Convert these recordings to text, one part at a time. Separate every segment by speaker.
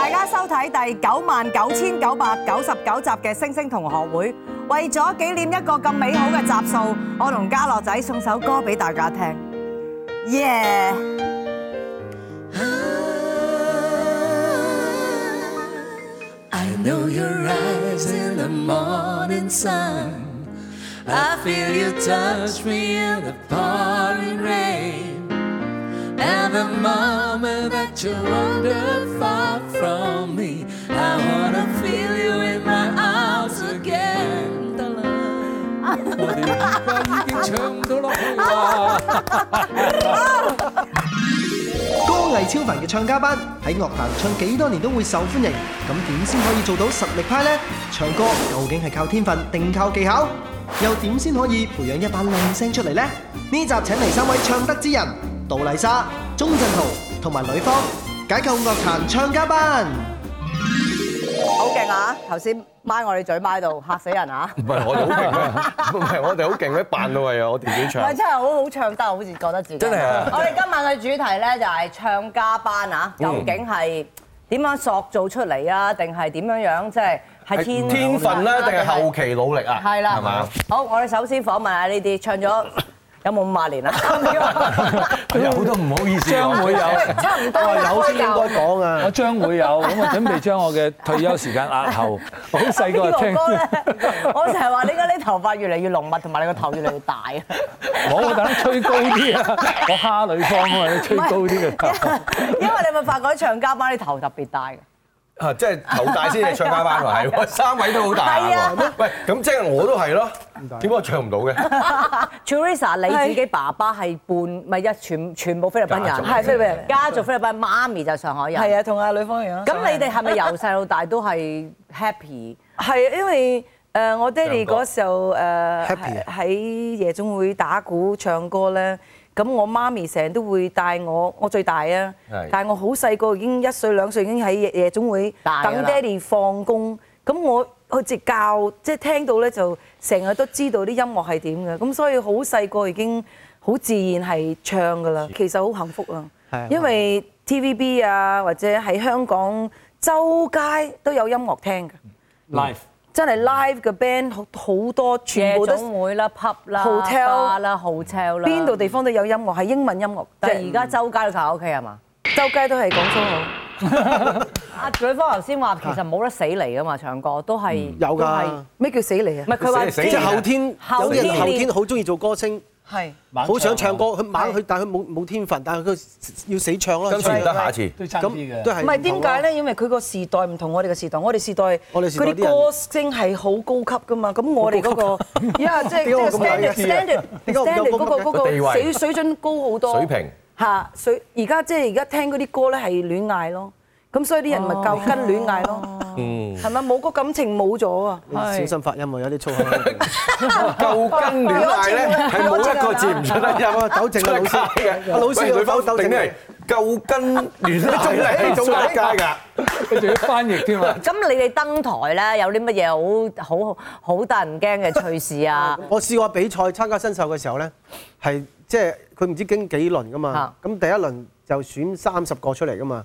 Speaker 1: 睇第九萬九千九百九十九集嘅《星星同學會》。為咗紀念一個咁美好嘅集數，我同家樂仔送首歌俾大家聽。耶！
Speaker 2: I know you rise in the morning sun. I feel you touch me in the pouring rain. And the moment that you wander far from me, I wanna feel you in my arms again. 我哋已經唱唔到落去啦。
Speaker 3: 歌藝超凡嘅唱家班喺樂壇唱幾多年都會受歡迎，咁點先可以做到實力派呢？唱歌究竟係靠天分定靠技巧？又點先可以培養一把靚聲出嚟呢？呢集請嚟三位唱得之人：杜麗莎、鐘鎮濤同埋呂方，解構樂壇唱家班。
Speaker 1: 好勁啊！頭先咪我哋嘴咪度嚇死 人啊！
Speaker 4: 唔係我哋好勁啊，唔係我哋好勁咧，扮到係我哋自己
Speaker 1: 唔係
Speaker 4: 唱。
Speaker 1: 真係好好唱得，好似覺得自己
Speaker 4: 真係啊
Speaker 1: 我哋今晚嘅主題咧就係唱家班啊，究竟係點樣塑造出嚟啊？定係點樣樣即係係天
Speaker 4: 天分啦，定係後期努力啊？
Speaker 1: 係
Speaker 4: 係嘛
Speaker 1: 啦？，好，我哋首先訪問下呢啲唱咗有冇五 廿年啊？
Speaker 4: 有都唔好意思，
Speaker 2: 將會有
Speaker 1: 差唔多啦，
Speaker 3: 有先應
Speaker 4: 哦
Speaker 3: 該講
Speaker 2: 我
Speaker 3: 啊，
Speaker 2: 將會有，咁我準備將我嘅退休時間押 後。好細個就
Speaker 1: 呢
Speaker 2: 聽，
Speaker 1: 哥咧， 我成日話點解你頭髮越嚟越濃密，同埋你個頭越嚟越大 啊？
Speaker 2: 我等吹高啲 啊！我蝦女方啊，你吹高啲啊嘅頭。
Speaker 1: 因為你有冇發覺啲唱家班啲頭特別大嘅？
Speaker 4: 啊，即係頭大先係唱家班喎，係喎，三位都好大
Speaker 1: 係啊
Speaker 4: 喎。喂，咁即係我都係咯，點解我唱唔到嘅？
Speaker 1: Teresa，你自己爸爸係半咪一全全部菲律賓人，
Speaker 4: 家族係
Speaker 5: 菲律賓人
Speaker 1: 家族菲律賓，媽咪就上海人。
Speaker 5: 係啊，同阿女方一樣。
Speaker 1: 咁你哋係咪由細到大都係 happy？
Speaker 5: 係因為誒我爹哋嗰時候誒喺
Speaker 3: Happy
Speaker 5: 喺夜總會打鼓唱歌咧，咁我媽咪成日都會帶我，我最大啊
Speaker 4: 係，
Speaker 5: 但係我好細個已經一歲兩歲已經喺夜夜總會
Speaker 1: 大㗎啦
Speaker 5: 等爹哋放工，咁我好似教即係聽到咧就成日都知道啲音樂係點嘅，咁所以好細個已經好自然係唱㗎啦，其實好幸福啊！
Speaker 3: 係
Speaker 5: 因為 TVB 啊，或者喺香港周街都有音樂聽嘅。
Speaker 2: Life
Speaker 5: 真係 live 嘅 band 好好多，全
Speaker 1: 夜
Speaker 5: 部都
Speaker 1: 總會啦、pub 啦、
Speaker 5: Hotel
Speaker 1: bar 啦、hotel 啦，
Speaker 5: 邊度地方都有音樂，係英文音樂。
Speaker 1: 但
Speaker 5: 即
Speaker 1: 係
Speaker 5: 係
Speaker 1: 而家周街都卡拉 OK 係嘛？
Speaker 5: 周街都係講粗口。
Speaker 1: 阿呂方頭先話其實冇得死嚟噶嘛，唱歌都係
Speaker 3: 有㗎
Speaker 1: 都係
Speaker 5: 咩叫死你啊
Speaker 1: 唔？係佢話
Speaker 4: 死
Speaker 3: 即
Speaker 4: 死
Speaker 3: 係後天，有啲人後天好中意做歌星，
Speaker 5: 係
Speaker 3: 好想唱歌，佢猛佢，但係佢冇冇天分，但係佢要死唱咯。
Speaker 4: 今次唔得，下一次。
Speaker 2: 都差啲
Speaker 3: 咁
Speaker 2: 嘅
Speaker 3: 都。係
Speaker 5: 唔係點解？咧？因為佢個時代唔同我哋嘅時代，我哋時代
Speaker 3: 我哋時代
Speaker 5: 嗰
Speaker 3: 啲
Speaker 5: 啲
Speaker 3: 人
Speaker 5: 歌星係好高級噶嘛。咁我哋嗰個， 呀即係即
Speaker 3: 點解
Speaker 5: 係
Speaker 3: 我咁矮
Speaker 5: standard
Speaker 3: 嘅
Speaker 5: standard
Speaker 3: 點解我咁
Speaker 5: standard 嗰個
Speaker 3: 高
Speaker 5: 嗰
Speaker 4: 嘅地
Speaker 5: 個
Speaker 4: 位
Speaker 5: 水水準高好多。
Speaker 4: 水平
Speaker 5: 嚇水，而家即係而家聽嗰啲歌咧係亂嗌咯。咁所以啲人
Speaker 3: 哦
Speaker 5: 咪夠跟亂嗌 咯。
Speaker 3: 嗯
Speaker 5: 係咪冇個感情冇咗啊？
Speaker 3: 你小心發音喎，有啲粗口。
Speaker 4: 夠跟亂嗌咧，係冇一個字唔出得音
Speaker 3: 啊
Speaker 4: 啊！
Speaker 3: 糾正啊老師
Speaker 4: 嘅，
Speaker 3: 啊老師
Speaker 4: 喂呂方
Speaker 3: 有糾正
Speaker 4: 定係夠跟亂嗌，仲係出得街㗎。
Speaker 2: 你仲要翻譯添啊！
Speaker 1: 咁你哋登台咧有啲乜嘢好好好得人驚嘅趣事啊？
Speaker 3: 我試過比賽參加新秀嘅時候咧，係即係佢唔知經幾輪噶嘛
Speaker 1: 啊，
Speaker 3: 咁第一輪就選三十個出嚟噶嘛，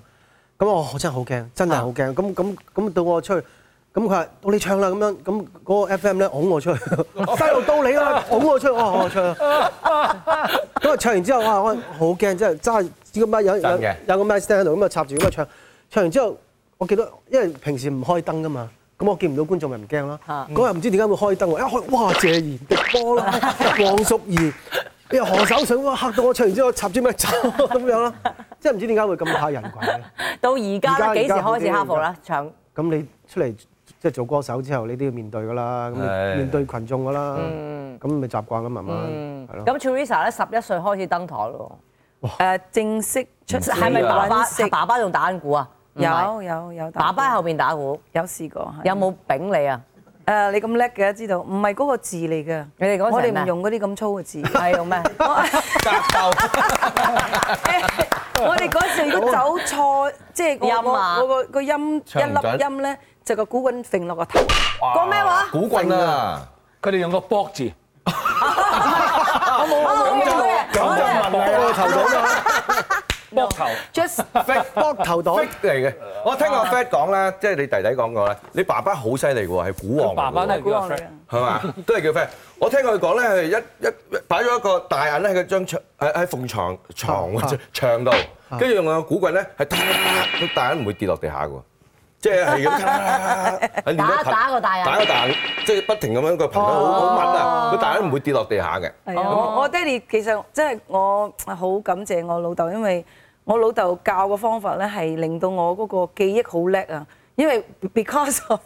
Speaker 3: 咁我哦真係好驚，真係好驚，咁咁咁到我出去。咁佢話到你唱啦咁樣，咁嗰個 FM 咧拱我出去， 細路到你啦，拱我出去，我話我唱啦。咁啊唱完之後，哇！我好驚，即係揸住個咪有有
Speaker 4: 真嘅
Speaker 3: 有個咪 stand 喺度，咁啊插住咁啊唱。唱完之後，我記得因為平時唔開燈噶嘛，咁我見唔到觀眾咪唔驚咯。
Speaker 1: 啊
Speaker 3: 嗰日唔知點解會開燈喎，一開哇謝賢、迪波 啦、黃淑儀，又何守信，哇嚇到我唱完之後插住咪走 咁樣啦，即係唔知點解會咁怕人群嘅。
Speaker 1: 到而家
Speaker 3: 而家
Speaker 1: 咧幾時開始克服
Speaker 3: 而
Speaker 1: 啦？唱
Speaker 3: 咁你出嚟即係做歌手之後，你都要面對噶啦，咁
Speaker 4: 係
Speaker 3: 你面對群眾噶啦，咁咪習慣啦，慢慢係咯。
Speaker 1: 咁 Teresa 咧十一歲開始登台咯，
Speaker 5: 誒正式出
Speaker 4: 啊
Speaker 1: 係咪爸爸
Speaker 5: 揾食？
Speaker 1: 爸爸仲打緊鼓啊？唔係
Speaker 5: 有有有
Speaker 1: 爸
Speaker 5: 打過，
Speaker 1: 爸喺後邊打鼓，
Speaker 5: 有試過，係
Speaker 1: 有冇丙你啊？
Speaker 5: 誒你咁叻嘅知道，唔係嗰個字嚟嘅。
Speaker 1: 你哋嗰陣
Speaker 5: 我
Speaker 1: 咩
Speaker 5: 哋唔用嗰啲咁粗嘅字。
Speaker 1: 係用咩？
Speaker 5: 我哋嗰時如果走錯，即係我
Speaker 1: 音啊
Speaker 5: 我我個個音一
Speaker 4: 唱唔準
Speaker 5: 粒音咧，就個鼓棍揈落個頭。
Speaker 1: 講咩話？
Speaker 4: 古棍啊！
Speaker 2: 佢哋用個卜字，
Speaker 1: 我冇
Speaker 4: 咁就問你個頭到啦，
Speaker 2: 卜
Speaker 4: 膊頭
Speaker 5: Just
Speaker 3: 膊頭黨
Speaker 4: fit 嚟嘅。我聽阿 Fred 講啦，即係你弟弟講過啦，你爸爸好犀利嘅喎，係股王嚟嘅喎。
Speaker 3: 爸爸都係叫阿 Fred，
Speaker 4: 係嘛？都係叫 friend。我聽佢講咧，係一一擺咗一個大眼咧喺佢張床喺喺縫床床
Speaker 6: 啊
Speaker 4: 牆度，跟住用個鼓棍咧係嗒個大眼唔會跌落地下嘅喎。即係係咁喺練咗
Speaker 1: 打打個大眼
Speaker 4: 打個大眼，即係不停咁樣個頻率好好密啊，個大眼唔會跌落地下嘅。
Speaker 5: 係啊，我我爹哋其實真係我好感謝我老豆，因為我老豆教嘅方法咧係令到我嗰個記憶好叻啊，因為 because of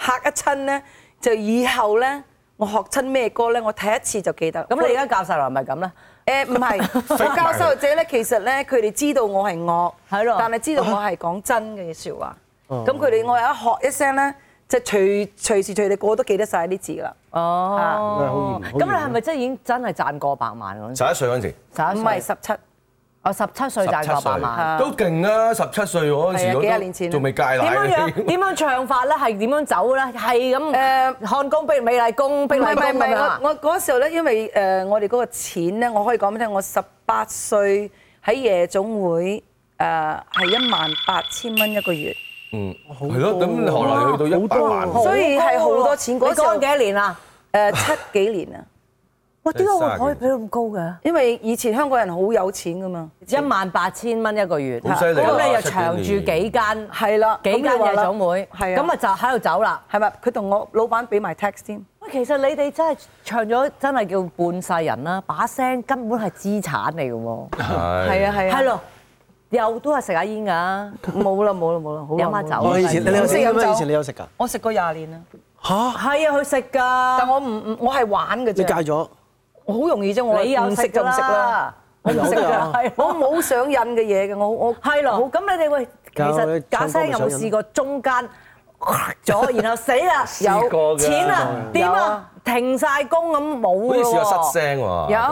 Speaker 5: 嚇一親咧，就以後咧我學親咩歌咧，我睇一次就記得。
Speaker 1: 咁你而家教授係咪咁咧？
Speaker 5: 誒唔係，我教授者咧，其實咧佢哋知道我係惡，
Speaker 1: 係咯
Speaker 5: 但係啊知道我係講真嘅説話。咁佢哋我一學一聲咧，就隨隨時隨地個個都記得晒啲字啦。
Speaker 1: 哦，
Speaker 3: 好嚴好
Speaker 1: 咁你係咪真係已經真係賺過百萬嗰陣時？
Speaker 4: 十一歲嗰陣時，
Speaker 5: 唔
Speaker 1: 唔
Speaker 5: 係啊十七，
Speaker 1: 我哦十七歲賺過百萬。
Speaker 4: 都勁啊！十七歲嗰陣時
Speaker 5: 係啊
Speaker 4: 我都
Speaker 5: 幾廿年前啊
Speaker 4: 仲未戒
Speaker 1: 點
Speaker 4: 奶
Speaker 1: 樣
Speaker 4: 啊。
Speaker 1: 樣？點樣唱法咧？係點樣走咧？係
Speaker 5: 誒
Speaker 1: 咁漢宮逼美麗宮逼
Speaker 5: 唔係
Speaker 1: 麗宮
Speaker 5: 唔係唔
Speaker 1: 咁樣
Speaker 5: 係
Speaker 1: 啊，
Speaker 5: 我我嗰時候咧，因為誒我哋嗰個錢咧，我可以講俾你聽，我十八歲喺夜總會誒係一萬八千蚊一個月，
Speaker 4: 嗯，係咯，咁你後來去到一百萬，
Speaker 5: 所以係好多錢嗰
Speaker 1: 你
Speaker 5: 時候
Speaker 1: 講緊幾多年啊？
Speaker 5: 誒七幾年啊，
Speaker 1: 哇！點解我
Speaker 4: 卅幾
Speaker 1: 可以俾到咁高嘅？
Speaker 5: 因為以前香港人好有錢噶嘛。
Speaker 1: 一萬八千蚊一個月，
Speaker 4: 好犀利啊
Speaker 1: 咁你又
Speaker 4: 七幾
Speaker 1: 長住幾
Speaker 4: 年
Speaker 1: 間
Speaker 5: 係啦，
Speaker 1: 幾間夜總會，
Speaker 5: 係啊
Speaker 1: 咁啊就喺度走啦。
Speaker 5: 係咪？佢同我老闆俾埋 tax 添，
Speaker 1: 喂，其實你哋真係唱咗真係叫半世人啦，把聲根本係資產嚟嘅喎。
Speaker 4: 係
Speaker 5: 係啊係啊，
Speaker 1: 係，咯，又都係食下煙㗎，
Speaker 5: 冇啦冇啦冇啦，好耐
Speaker 1: 飲下
Speaker 5: 冇啦
Speaker 1: 酒。
Speaker 3: 我以前你有食
Speaker 5: 飲
Speaker 3: 嘅咩？
Speaker 5: 酒
Speaker 3: 以前你有食㗎？
Speaker 5: 我食過廿年啦，
Speaker 3: 嚇！
Speaker 1: 係啊，去食
Speaker 5: 但
Speaker 1: 㗎。
Speaker 5: 我唔唔，我係玩嘅
Speaker 3: 你戒
Speaker 5: 啫，
Speaker 3: 咗？
Speaker 5: 我好容易啫，我
Speaker 1: 你又
Speaker 5: 唔食就唔食啦，我唔食
Speaker 3: 係
Speaker 5: 㗎
Speaker 3: 啊，
Speaker 1: 係
Speaker 5: 我冇上癮嘅嘢嘅，我我
Speaker 1: 係咯，咁你哋喂，其實假
Speaker 3: 教你唱歌咪
Speaker 1: 聲有冇
Speaker 3: 上癮
Speaker 1: 試過中間 咗，然後死啦，有錢啦，點啊，停晒工咁冇
Speaker 4: 好似
Speaker 1: 㗎
Speaker 4: 試
Speaker 1: 喎
Speaker 4: 過失。聲喎，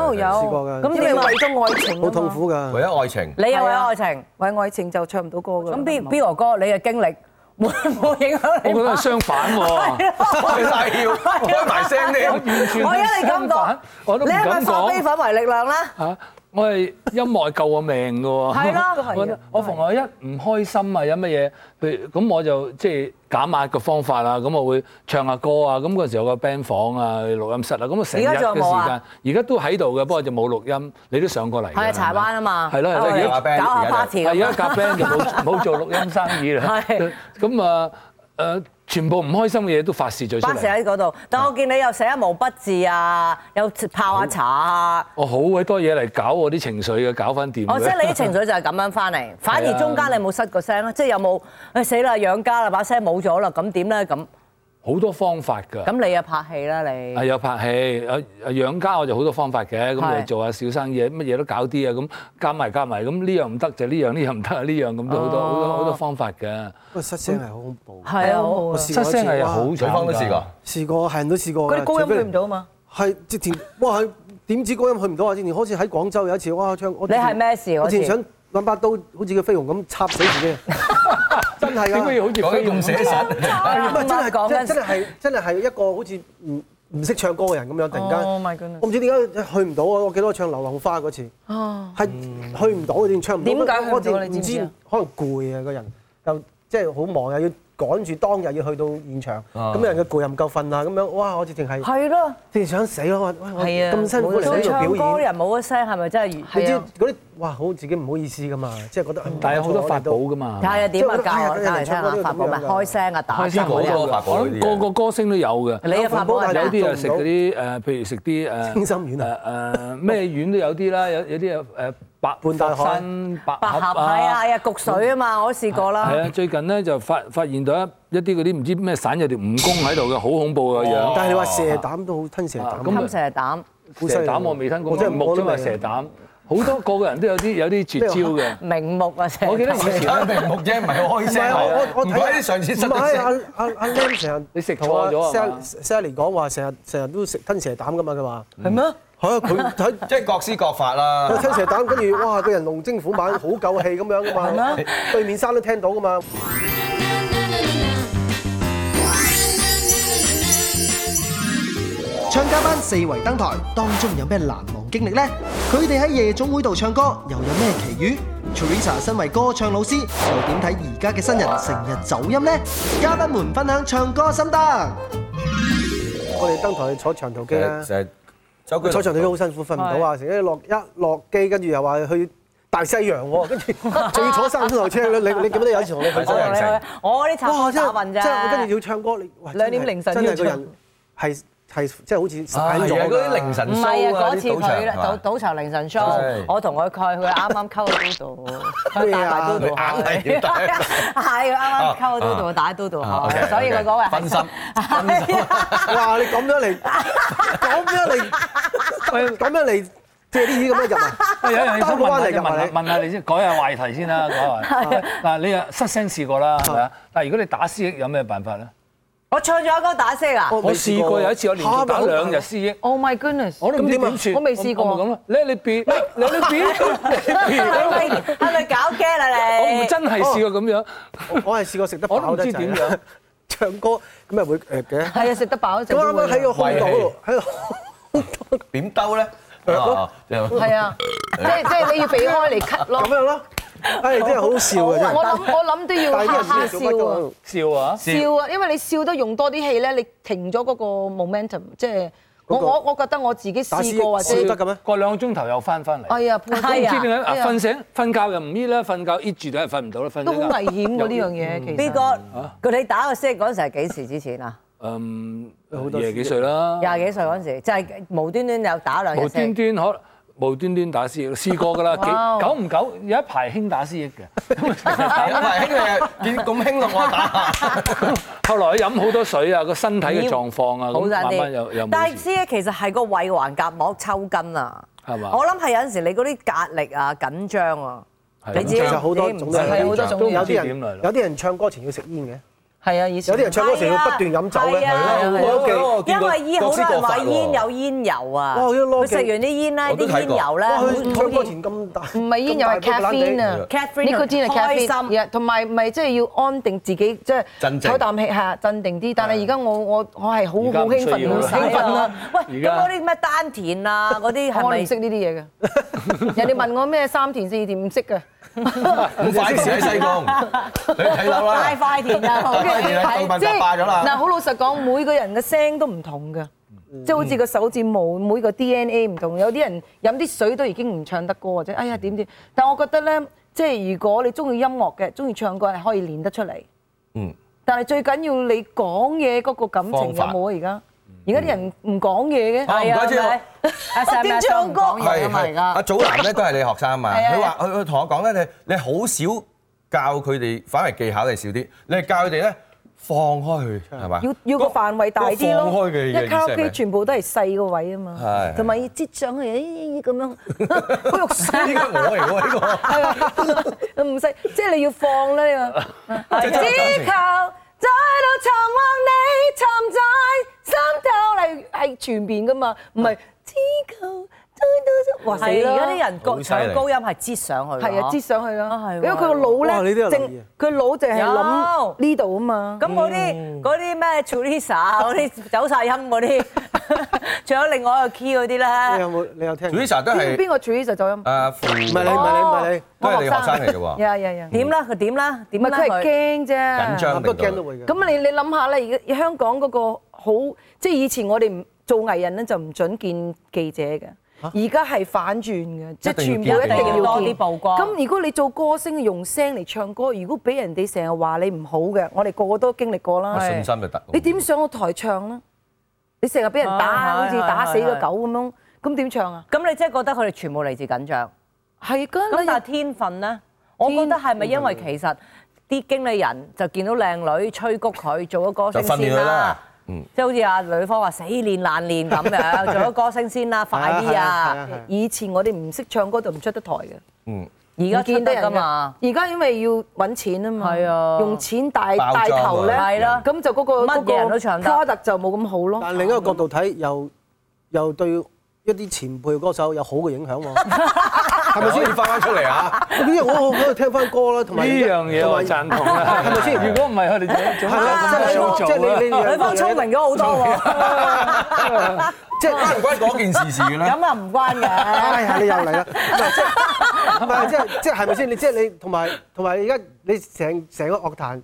Speaker 5: 有有
Speaker 3: 試過㗎
Speaker 5: 咁你為咗愛情啊嘛
Speaker 3: 好痛，苦㗎。
Speaker 4: 為咗愛情，
Speaker 1: 你又有愛情。
Speaker 5: 為愛情就唱唔到歌㗎啦。
Speaker 1: 咁 B B 哥哥，你嘅經歷 會唔會影響你？
Speaker 2: 我覺得係相反 喎，
Speaker 4: 開晒竅，開埋聲添。
Speaker 2: 完全
Speaker 1: 我而家你咁講
Speaker 2: 相反，，我都唔
Speaker 1: 你係咪
Speaker 2: 敢
Speaker 1: 化
Speaker 2: 講
Speaker 1: 悲。憤為力量咧？
Speaker 2: 嚇！我係音樂係救我命嘅喎，
Speaker 1: 係啊咯都係
Speaker 5: 嘅
Speaker 2: 我覺得我逢我一唔開心啊，有乜嘢，譬如咁我就即係減壓嘅方法啊，咁我會唱下歌啊，咁嗰陣時有個 band 房啊、錄音室啊，咁我成日
Speaker 1: 而
Speaker 2: 嘅
Speaker 1: 家仲有冇啊
Speaker 2: 時間，而家都喺度嘅，不過就冇錄音，你都上過嚟㗎。
Speaker 1: 係啊，柴灣啊嘛，
Speaker 2: 係咯係咯
Speaker 1: 搞
Speaker 2: 而
Speaker 1: 下
Speaker 4: 家 band，而家就
Speaker 1: party
Speaker 2: 係咪。係
Speaker 1: 咁
Speaker 2: 啊而家夾 band 就 冇冇做錄音生意啦
Speaker 1: 係。
Speaker 2: 咁啊誒，全部唔開心嘅嘢都發泄咗出
Speaker 1: 巴士
Speaker 2: 嚟。
Speaker 1: 喺嗰度，但我見你又寫一毛筆字啊，又泡下茶啊，
Speaker 2: 我好鬼多嘢嚟搞我啲情緒嘅，搞翻掂嘅。
Speaker 1: 哦，即係你啲情緒就係咁樣翻 嚟，反而中間你冇失個聲咯，即係有冇誒死啦養家啦，把聲冇咗啦，咁點咧咁？
Speaker 2: 好多方法㗎。
Speaker 1: 咁你又拍戲啦你
Speaker 2: 係，有拍戲，啊啊養家我就好多方法嘅，咁
Speaker 1: 係
Speaker 2: 就做下小生意，乜嘢都搞啲啊，咁加埋加埋，咁呢樣唔得就呢樣，呢樣唔得啊，呢樣咁都好多好多好多方法嘅。
Speaker 3: 不過失聲係好恐怖。
Speaker 1: 係啊，好
Speaker 3: 我
Speaker 1: 啊
Speaker 3: 試過
Speaker 2: 失
Speaker 3: 一次
Speaker 2: 聲係啊好
Speaker 3: 哇
Speaker 2: 慘㗎
Speaker 4: 對方都試過，
Speaker 3: 試過係人都試過㗎。
Speaker 5: 佢哋高音
Speaker 3: 除非
Speaker 5: 去唔到啊嘛。
Speaker 3: 係直前哇！係點知高音去唔到啊！之前開始喺廣州有一次，哇！唱我
Speaker 1: 你係咩事嗰次
Speaker 3: 我之前想揾把刀，好似個飛龍咁插死自己，真係
Speaker 2: 點
Speaker 3: 㗎
Speaker 2: 解。要好似
Speaker 4: 講得
Speaker 2: 飛
Speaker 4: 咁
Speaker 2: 龍
Speaker 4: 寫實。
Speaker 3: 唔係真係
Speaker 1: 講緊
Speaker 3: 真真係真係係一個好似唔唔識唱歌嘅人咁樣，突然間
Speaker 5: Oh my goodness
Speaker 3: 我唔知點解去唔到啊！我記得我唱《流浪花》嗰次，
Speaker 1: 哦
Speaker 3: 係去唔到，我哋唱唔到。
Speaker 5: 點解去唔到
Speaker 3: 我哋
Speaker 5: 你知唔知啊
Speaker 3: 可能攰啊，個人又即係好忙，又要趕住當日要去到現場，咁有人嘅攰又唔夠瞓啊，咁樣哇！我直情係
Speaker 1: 係咯。
Speaker 3: 直情想死咯！我喂我
Speaker 5: 係啊
Speaker 3: 咁辛苦嚟
Speaker 1: 做
Speaker 3: 呢
Speaker 1: 唱
Speaker 3: 度
Speaker 1: 歌
Speaker 3: 表演，
Speaker 1: 人冇一聲係咪真係？
Speaker 3: 你知
Speaker 1: 係啊，
Speaker 3: 嗰啲哇好自己唔好意思噶嘛，即係覺得
Speaker 2: 嗯但係有好多法
Speaker 3: 法
Speaker 2: 寶㗎嘛。
Speaker 1: 睇下點啊，
Speaker 3: 即係
Speaker 1: 教我
Speaker 3: 哎呀
Speaker 1: 教嚟聽下
Speaker 3: 人哋唱歌都要
Speaker 1: 法寶咪
Speaker 3: 咁樣㗎
Speaker 1: 開聲啊，打聲
Speaker 4: 好
Speaker 1: 嗰啲
Speaker 4: 多
Speaker 1: 啊。
Speaker 2: 我
Speaker 4: 法寶
Speaker 2: 諗
Speaker 4: 呢啲
Speaker 2: 個
Speaker 4: 嘢。
Speaker 2: 個歌星都有嘅。
Speaker 1: 你嘅法寶係
Speaker 3: 但
Speaker 2: 有
Speaker 3: 係
Speaker 1: 咩？
Speaker 2: 啲啊食嗰啲誒，譬如食啲誒
Speaker 3: 清心丸啊
Speaker 2: 誒誒咩丸都有啲啦，有有啲啊誒白
Speaker 3: 半大海
Speaker 2: 白身白
Speaker 1: 百合
Speaker 2: 盒
Speaker 1: 係啊，係啊，焗水啊嘛，我都試過啦。
Speaker 2: 係啊，最近咧就發發現到一一啲嗰啲唔知咩散有條蜈蚣喺度嘅，好恐怖嘅樣。
Speaker 3: 但係你話蛇膽都好吞蛇膽
Speaker 2: 啊
Speaker 3: 㗎
Speaker 2: 咁。
Speaker 1: 吞蛇膽，
Speaker 3: 好犀利
Speaker 2: 蛇膽我未吞過，
Speaker 3: 我真係
Speaker 2: 明目啫嘛
Speaker 3: 我都未
Speaker 2: 蛇膽，好多個個人都有啲有啲絕招嘅。
Speaker 1: 明目啊，蛇
Speaker 2: 我記得以
Speaker 1: 膽。
Speaker 2: 前
Speaker 4: 而家明目啫，唔係開
Speaker 3: 唔係啊
Speaker 4: 聲。
Speaker 3: 我我我
Speaker 4: 唔怪得上次
Speaker 3: 唔
Speaker 4: 失咗
Speaker 3: 係
Speaker 4: 聲。
Speaker 3: 阿阿阿 Lam 成日
Speaker 2: 你食錯咗啊嘛
Speaker 3: Sally 講話成日成日都食吞蛇膽噶嘛，佢話
Speaker 5: 係咩？
Speaker 3: 係啊，佢睇
Speaker 4: 即係各施各法啦。
Speaker 3: 佢吞蛇膽，跟住哇個人龍精虎猛，好夠氣咁樣噶嘛，對面山都聽到噶嘛。
Speaker 6: 唱家班四圍登台，當中有咩難忘經歷呢？佢哋喺夜總會度唱歌又有咩奇遇？ Teresa 身為歌唱老師，又點睇而家嘅新人成日走音呢？嘉賓們分享唱歌心得。
Speaker 3: 我哋登台坐長途機啦，
Speaker 4: 就係周
Speaker 3: 坐長途機好辛苦，瞓唔到啊，成日落一落機，跟住又話去大西洋喎， 跟住仲要坐三個鐘頭車，你你你記唔記得有一次
Speaker 1: 哦
Speaker 3: 同你去
Speaker 4: 係真係成
Speaker 1: 我啲插
Speaker 3: 哇！真
Speaker 1: 打
Speaker 3: 係
Speaker 1: 運
Speaker 3: 真係跟住
Speaker 1: 啫，
Speaker 3: 要唱歌，你哇
Speaker 1: 兩
Speaker 3: 真係
Speaker 1: 點凌晨
Speaker 3: 真
Speaker 1: 要
Speaker 3: 係個
Speaker 1: 唱
Speaker 3: 人係係即係好似散咗
Speaker 4: 係啊，
Speaker 3: 㗎
Speaker 4: 嗰啲凌晨
Speaker 1: 唔係
Speaker 4: show
Speaker 1: 啊，嗰次
Speaker 4: 啲賭場
Speaker 1: 佢啦
Speaker 4: 係
Speaker 1: 賭
Speaker 4: 嘛
Speaker 1: 賭場凌晨
Speaker 4: 係
Speaker 1: show，我同佢佢佢啱啱溝咗 Dodo，佢帶埋 Dodo
Speaker 4: 佢 硬係要帶
Speaker 1: 係佢啱啱溝咗 Dodo，打 Dodo
Speaker 4: 啊，OK，
Speaker 1: 開，所以佢嗰位係
Speaker 4: OK，分心
Speaker 1: 係啊
Speaker 3: 哇！你咁樣嚟，咁樣嚟，咁樣嚟借啲耳咁樣 入啊！
Speaker 2: 喂有樣嘢想
Speaker 3: 兜個
Speaker 2: 問下
Speaker 3: 彎嚟
Speaker 2: 哎你，
Speaker 3: 㗎
Speaker 2: 問下
Speaker 3: 你
Speaker 2: 問下你先，改下話題先啦，改下話題。嗱，你啊失聲試過啦，係咪啊？但係如果你打思憶有咩辦法咧？
Speaker 1: 我唱咗一歌打色啊
Speaker 2: 我試過有一次，我連續打兩日思憶。
Speaker 1: ！Oh my goodness！
Speaker 2: 我都唔知點算，
Speaker 1: 我未試過
Speaker 2: 我咪咁咯，let it be，let it
Speaker 1: 係
Speaker 2: be，let it
Speaker 1: 咪係咪搞 g 啦
Speaker 2: be，我
Speaker 1: 你？
Speaker 2: 唔真係試過咁樣，
Speaker 3: 我我係試過食得
Speaker 2: 我都
Speaker 3: 飽
Speaker 2: 唔
Speaker 3: 得
Speaker 2: 知點樣
Speaker 3: 滯，。唱歌咁咪會誒嘅。
Speaker 1: 係啊，食得飽嗰陣
Speaker 3: 咁
Speaker 1: 都
Speaker 3: 啱
Speaker 1: 會
Speaker 3: 啱喺個
Speaker 1: 㗎。
Speaker 3: 空檔嗰度，喺個
Speaker 4: 點兜咧？啊就
Speaker 1: 係啊，即係即係你要避開嚟咳咯
Speaker 3: 咁。樣咯，唉，真係好好笑 啊！真
Speaker 1: 我
Speaker 3: 係，
Speaker 1: 諗我諗都要
Speaker 3: 但係
Speaker 1: 哈
Speaker 3: 啲
Speaker 1: 哈
Speaker 3: 人
Speaker 1: 笑
Speaker 3: 知道做乜
Speaker 1: 啊！
Speaker 3: 㗎？
Speaker 2: 笑啊！
Speaker 1: 笑啊，因為你笑得用多啲氣咧，你停咗嗰個 momentum，即係我
Speaker 3: 嗰個
Speaker 1: 我我覺得我自己
Speaker 3: 打
Speaker 1: 試過或者
Speaker 3: 笑，得嘅咩？
Speaker 2: 過兩個鐘頭又翻翻嚟。
Speaker 1: 哎呀，判
Speaker 2: 我唔知點解啊！
Speaker 1: 哎呀
Speaker 2: 瞓醒瞓覺又唔搣啦，瞓覺 eat 住都係瞓唔到啦，瞓
Speaker 5: 都好危險喎呢樣嘢，其實。
Speaker 7: 邊個？佢你打個色嗰陣時係幾時之前啊？
Speaker 2: 嗯，廿
Speaker 4: 啊
Speaker 2: 幾歲啦，
Speaker 7: 廿幾歲嗰陣時，就係無端端又打兩日
Speaker 2: 無
Speaker 7: 色
Speaker 2: 端。端可能無端端打私益，試過㗎啦，幾久唔久有一排興打私益嘅，
Speaker 4: 係啊，兄弟見咁興咯，我打。
Speaker 2: 後來飲好多水啊，個身體嘅狀況啊，
Speaker 7: 好
Speaker 2: 咁
Speaker 7: 曬
Speaker 2: 慢慢又
Speaker 7: 啲
Speaker 2: 又，
Speaker 7: 但
Speaker 2: 冇
Speaker 7: 係
Speaker 2: 事，
Speaker 7: 知
Speaker 1: 啊
Speaker 7: 咧，其實係個胃環夾膜抽筋啊！
Speaker 2: 係嘛
Speaker 7: 我諗係有陣時你嗰啲壓力啊、緊張啊，
Speaker 2: 係
Speaker 7: 你自己
Speaker 3: 其實好多
Speaker 7: 你唔
Speaker 3: 種
Speaker 7: 知
Speaker 5: 啊
Speaker 3: 類
Speaker 1: 係好多種
Speaker 2: 都
Speaker 3: 有
Speaker 2: 唔知
Speaker 3: 啲
Speaker 2: 點嚟
Speaker 3: 人
Speaker 2: 啦
Speaker 3: 有啲人唱歌前要食煙嘅，
Speaker 1: 係啊，以前
Speaker 3: 有啲人唱歌前要不斷飲酒咧
Speaker 7: 係啊係啊係啊
Speaker 3: 我記得。
Speaker 7: 因為煙好多人話煙
Speaker 4: 有
Speaker 7: 有煙油啊，
Speaker 3: 哇我啲
Speaker 7: 佢
Speaker 3: 攞
Speaker 7: 食
Speaker 3: 記
Speaker 7: 完啲煙咧，
Speaker 4: 我都
Speaker 7: 啲
Speaker 4: 睇過
Speaker 7: 煙油咧，
Speaker 3: 哇！
Speaker 7: 好好
Speaker 3: 佢唱歌
Speaker 7: 似
Speaker 3: 前咁大，
Speaker 5: 唔係煙，又係
Speaker 3: 咁大杯冷
Speaker 5: caffeine
Speaker 3: 地
Speaker 5: 啊
Speaker 7: Catherine 啊
Speaker 5: Nicotine 係
Speaker 7: 開
Speaker 5: caffeine，
Speaker 7: 心
Speaker 5: yeah，同埋咪即係要安定自己，即係
Speaker 4: 鎮靜
Speaker 5: 唞啖氣係啊，鎮定啲。但係而家我我我係好
Speaker 2: 而家
Speaker 5: 好
Speaker 2: 唔
Speaker 5: 興
Speaker 2: 需要
Speaker 5: 奮，好
Speaker 2: 啦
Speaker 5: 興奮啦！
Speaker 7: 啊
Speaker 1: 啊
Speaker 7: 喂，
Speaker 2: 而
Speaker 7: 咁
Speaker 2: 家
Speaker 7: 嗰啲咩丹田啊，嗰啲係
Speaker 5: 我
Speaker 7: 咪
Speaker 5: 唔識呢啲嘢嘅，人哋問我咩三田四田唔識嘅，
Speaker 4: 咁快啲喺 西貢，你睇樓
Speaker 7: 快
Speaker 4: 啦。
Speaker 7: 快田 啊？
Speaker 4: 快快田啊
Speaker 5: 係
Speaker 4: 當笨白霸咗啦
Speaker 5: 嗱，好老實講，每個人嘅聲都唔同嘅，即係好似個手指毛，每個 DNA 唔同。有啲人飲啲水都已經唔唱得歌或者哎呀點點。但我覺得咧，即係如果你中意音樂嘅，中意唱歌係可以練得出嚟。
Speaker 4: 嗯，
Speaker 5: 但係最緊要你講嘢嗰個感情有
Speaker 4: 方法
Speaker 5: 冇啊？而家而家啲人唔講嘢嘅，
Speaker 4: 啊唔怪之我
Speaker 5: 咪
Speaker 7: 啊成日
Speaker 5: 點
Speaker 7: 都唔
Speaker 5: 唱歌
Speaker 7: 講嘢啊
Speaker 4: 係
Speaker 7: 㗎嘛而
Speaker 4: 係，
Speaker 7: 家
Speaker 4: 阿。祖藍咧都係你學生嘛？
Speaker 5: 係啊
Speaker 4: 佢話佢佢同我講咧，你你好少教佢哋，反而技巧係少啲，你係教佢哋咧放開佢係嘛？
Speaker 5: 要要個範圍大啲
Speaker 4: 放
Speaker 5: 咯，
Speaker 4: 開嘅嘅
Speaker 5: 一
Speaker 4: 意思
Speaker 5: 卡拉
Speaker 4: 係
Speaker 5: OK
Speaker 4: 咪
Speaker 5: 全部都係細個位啊嘛
Speaker 4: 係，
Speaker 5: 同埋要擠上去咦咁 樣，好肉
Speaker 4: 依
Speaker 5: 酸
Speaker 4: 家我嚟喎 呢個。
Speaker 5: 係啊，唔使即係你要放啦呢個，只求再到長望你沉在心頭嚟係全面噶嘛，唔係只求再到哇死
Speaker 7: 係
Speaker 5: 啦！
Speaker 7: 而家啲人
Speaker 4: 好
Speaker 7: 個
Speaker 4: 犀利
Speaker 7: 唱高音係擠上去㗎，
Speaker 5: 係啊，擠上去
Speaker 7: 啊係
Speaker 5: 啦，
Speaker 7: 喎
Speaker 5: 因為佢個腦
Speaker 3: 哇你
Speaker 5: 咧，
Speaker 3: 都有留意
Speaker 5: 淨
Speaker 3: 啊
Speaker 5: 佢腦淨係諗
Speaker 7: 有
Speaker 5: 呢度啊嘛。
Speaker 7: 咁嗰啲嗰啲咩 Teresa 啊嗰啲走晒音嗰啲， 仲有另外一個 key 嗰啲
Speaker 3: 你
Speaker 7: 咧，
Speaker 3: 有冇？你有聽？唔
Speaker 4: Teresa 都
Speaker 5: 邊
Speaker 4: 係
Speaker 5: 邊個 t r e 就走音？
Speaker 4: 誒父
Speaker 3: 係你，唔係你，唔係你。
Speaker 4: 都係你學生嚟嘅喎，
Speaker 5: 呀呀呀！
Speaker 7: 點啦佢點啦點
Speaker 5: 唔係
Speaker 7: 啦
Speaker 5: 佢係
Speaker 7: 佢，
Speaker 5: 驚啫，
Speaker 4: 緊。張
Speaker 3: 不過
Speaker 4: 定
Speaker 3: 驚都會嘅。
Speaker 5: 咁你你諗下咧，而家香港嗰個好，即係以前我哋唔做藝人咧就唔準見記者嘅。而家係反轉嘅，即係全部
Speaker 4: 一
Speaker 5: 一
Speaker 4: 定要見
Speaker 5: 定
Speaker 4: 一定
Speaker 5: 要
Speaker 7: 要多
Speaker 5: 見
Speaker 7: 啲曝光
Speaker 5: 咁如果你做歌星用聲嚟唱歌，如果俾人哋成日話你唔好嘅，我哋個個都經歷過啦
Speaker 4: 有。信心就得。
Speaker 5: 你點上個台唱咧？你成日俾人打，
Speaker 7: 啊
Speaker 5: 好似打死個
Speaker 7: 係係係
Speaker 5: 狗咁樣，咁點唱啊？
Speaker 7: 咁你真係覺得佢哋全部嚟自緊張。
Speaker 5: 係
Speaker 7: 咁
Speaker 5: 㗎，
Speaker 7: 但係天分咧，我覺得係咪因為其實啲經理人就見到靚女吹谷佢做咗歌星先
Speaker 4: 就訓練
Speaker 7: 啦
Speaker 4: 佢啦？
Speaker 7: 即係好似阿女方話死練爛練咁 樣，做咗歌星先啦，快啲
Speaker 3: 係啊係
Speaker 7: 啊
Speaker 3: 啊！係啊
Speaker 5: 以前我哋唔識唱歌就唔出得台嘅。
Speaker 7: 而家見得㗎嘛，
Speaker 5: 而家因為要揾錢啊嘛，
Speaker 7: 係啊
Speaker 5: 用錢帶
Speaker 4: 包裝
Speaker 5: 帶頭咧，
Speaker 7: 啊係啦
Speaker 5: 咁就嗰個
Speaker 7: 乜嘢人都唱得
Speaker 5: 嗰個 product 就冇咁好咯。
Speaker 3: 但另一個角度睇，又又對一啲前輩歌手有好嘅影響喎。係咪先？
Speaker 4: 可以翻翻出嚟啊！
Speaker 3: 咁因為我我喺度聽翻歌啦，同
Speaker 2: 呢
Speaker 3: 埋
Speaker 2: 樣嘢我贊同啦，
Speaker 3: 係咪先
Speaker 2: 如果唔係，佢哋
Speaker 3: 啊
Speaker 2: 總總有咁嘅
Speaker 3: 係
Speaker 2: 想
Speaker 3: 即係
Speaker 2: 做啦
Speaker 3: 你你
Speaker 1: 女方聰明咗好多 喎，
Speaker 4: 即係關唔關嗰件事事嘅咧？
Speaker 1: 咁啊唔關嘅。
Speaker 3: 哎呀，你又嚟啦！唔係即係唔係即係即係係咪先？你即係你同埋同埋而家你成成個樂壇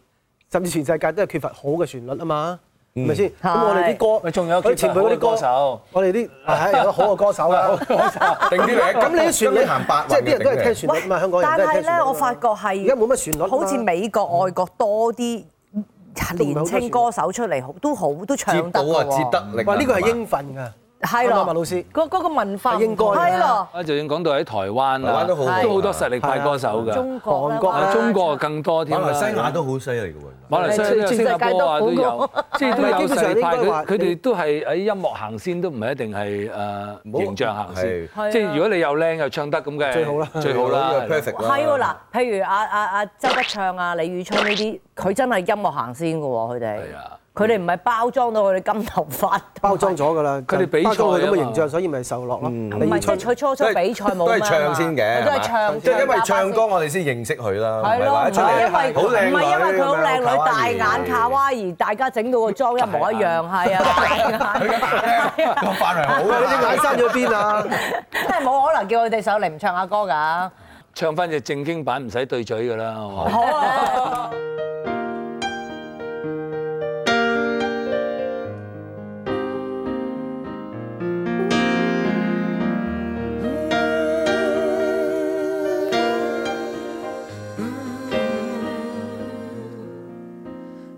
Speaker 3: 甚至全世界都係缺乏好嘅旋律啊嘛，係咪先？咁我哋啲歌，
Speaker 2: 咪仲有缺乏
Speaker 3: 我哋前輩嗰啲
Speaker 2: 好嘅歌
Speaker 3: 歌
Speaker 2: 手
Speaker 3: 我哋啲係有好嘅歌手啊。
Speaker 4: 定啲嚟，
Speaker 3: 咁你啲旋
Speaker 4: 今
Speaker 3: 律
Speaker 4: 年行八運
Speaker 3: 即係啲人都係
Speaker 4: 嘅
Speaker 3: 聽
Speaker 4: 定
Speaker 3: 旋律啊嘛，香港人
Speaker 1: 但
Speaker 3: 都係
Speaker 1: 係
Speaker 3: 聽旋律啊
Speaker 1: 咧，
Speaker 3: 嘛。
Speaker 1: 我發覺係
Speaker 3: 而家冇乜旋律啊嘛嗯
Speaker 1: 好似美國、外國多啲年青歌手出嚟，好都好都
Speaker 4: 你
Speaker 1: 唱得
Speaker 4: 接到
Speaker 1: 㗎
Speaker 4: 啊，接
Speaker 1: 喎。
Speaker 4: 得力啊。
Speaker 3: 哇！呢個係
Speaker 4: 嘛
Speaker 3: 應份㗎，
Speaker 1: 係
Speaker 3: 啱唔啱啊
Speaker 1: 咯，
Speaker 3: 老師。
Speaker 1: 嗰嗰個文化唔
Speaker 3: 係應該
Speaker 1: 同
Speaker 3: 嘅
Speaker 1: 係咯，
Speaker 2: 啊，就算講到喺台灣
Speaker 4: 台
Speaker 2: 啊，
Speaker 4: 灣都好好
Speaker 2: 都好多實力派歌手㗎，
Speaker 1: 中國啦
Speaker 3: 韓國啦
Speaker 2: 啊中國更多添
Speaker 4: 馬
Speaker 2: 啦。
Speaker 4: 來西亞都好犀利嘅喎。
Speaker 2: 馬來西亞、新加坡啊都
Speaker 1: 全世界都好
Speaker 2: 有，即係都啊有
Speaker 3: 基本上
Speaker 2: 實力派。
Speaker 3: 應該話
Speaker 2: 佢佢哋都係喺音樂行先，都唔係一定係誒形象行先
Speaker 4: 係。
Speaker 1: 係啊
Speaker 2: 即係如果你又靚又唱得咁嘅，
Speaker 3: 最好啦
Speaker 2: 最好啦。係啦
Speaker 4: perfect 啦。
Speaker 1: 係喎嗱，譬如阿阿阿周筆暢啊、李宇春呢啲，佢真係音樂行先嘅喎，佢哋
Speaker 2: 係啊。
Speaker 1: 佢哋唔係包裝到佢哋金頭髮，
Speaker 3: 包裝咗㗎啦，
Speaker 2: 佢哋比賽啊嘛
Speaker 3: 包裝佢咁嘅形象，所以咪受落咯。
Speaker 1: 唔係
Speaker 3: 李宇
Speaker 1: 即係
Speaker 3: 春
Speaker 1: 佢初初比賽冇
Speaker 4: 都
Speaker 1: 咩啊
Speaker 4: 係
Speaker 1: 嘛
Speaker 4: 唱先嘅，
Speaker 1: 佢都係唱，
Speaker 4: 即係因為
Speaker 1: 打
Speaker 4: 唱
Speaker 1: 巴
Speaker 4: 歌
Speaker 1: 先。
Speaker 4: 我哋先認識佢啦，唔
Speaker 1: 係
Speaker 4: 係
Speaker 1: 咯，
Speaker 4: 話
Speaker 1: 哦唔
Speaker 4: 一出嚟
Speaker 1: 係因為唔
Speaker 4: 好靚女，
Speaker 1: 係因為佢好靚
Speaker 4: 咁
Speaker 1: 女，
Speaker 4: 樣
Speaker 1: 大眼卡哇而大家整到個妝一模一樣，係啊，大眼
Speaker 4: 佢嘅髮咧個髮量好
Speaker 3: 喂你隻眼生咗邊啊？
Speaker 1: 真係冇可能叫佢哋上嚟唔唱下歌㗎。
Speaker 2: 唱翻隻正經版唔使對嘴㗎啦，係嘛？
Speaker 1: 好啊。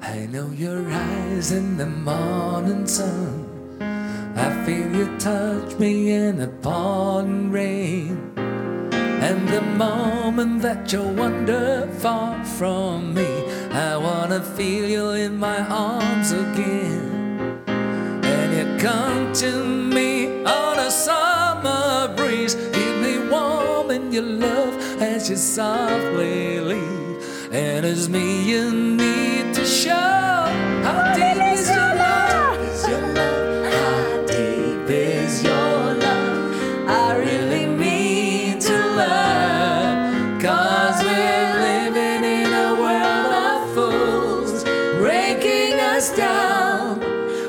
Speaker 8: I know your eyes in the morning sun. I feel you touch me in the pouring rain. And the moment that you wander far from me, I wanna feel you in my arms again. And you come to me on a summer breeze, keep me warm in your love as you softly leave. And it's me you need to show how deep is your love, is your love, how deep is your love. I really mean to love. Cause we're living in a world of fools, breaking us down.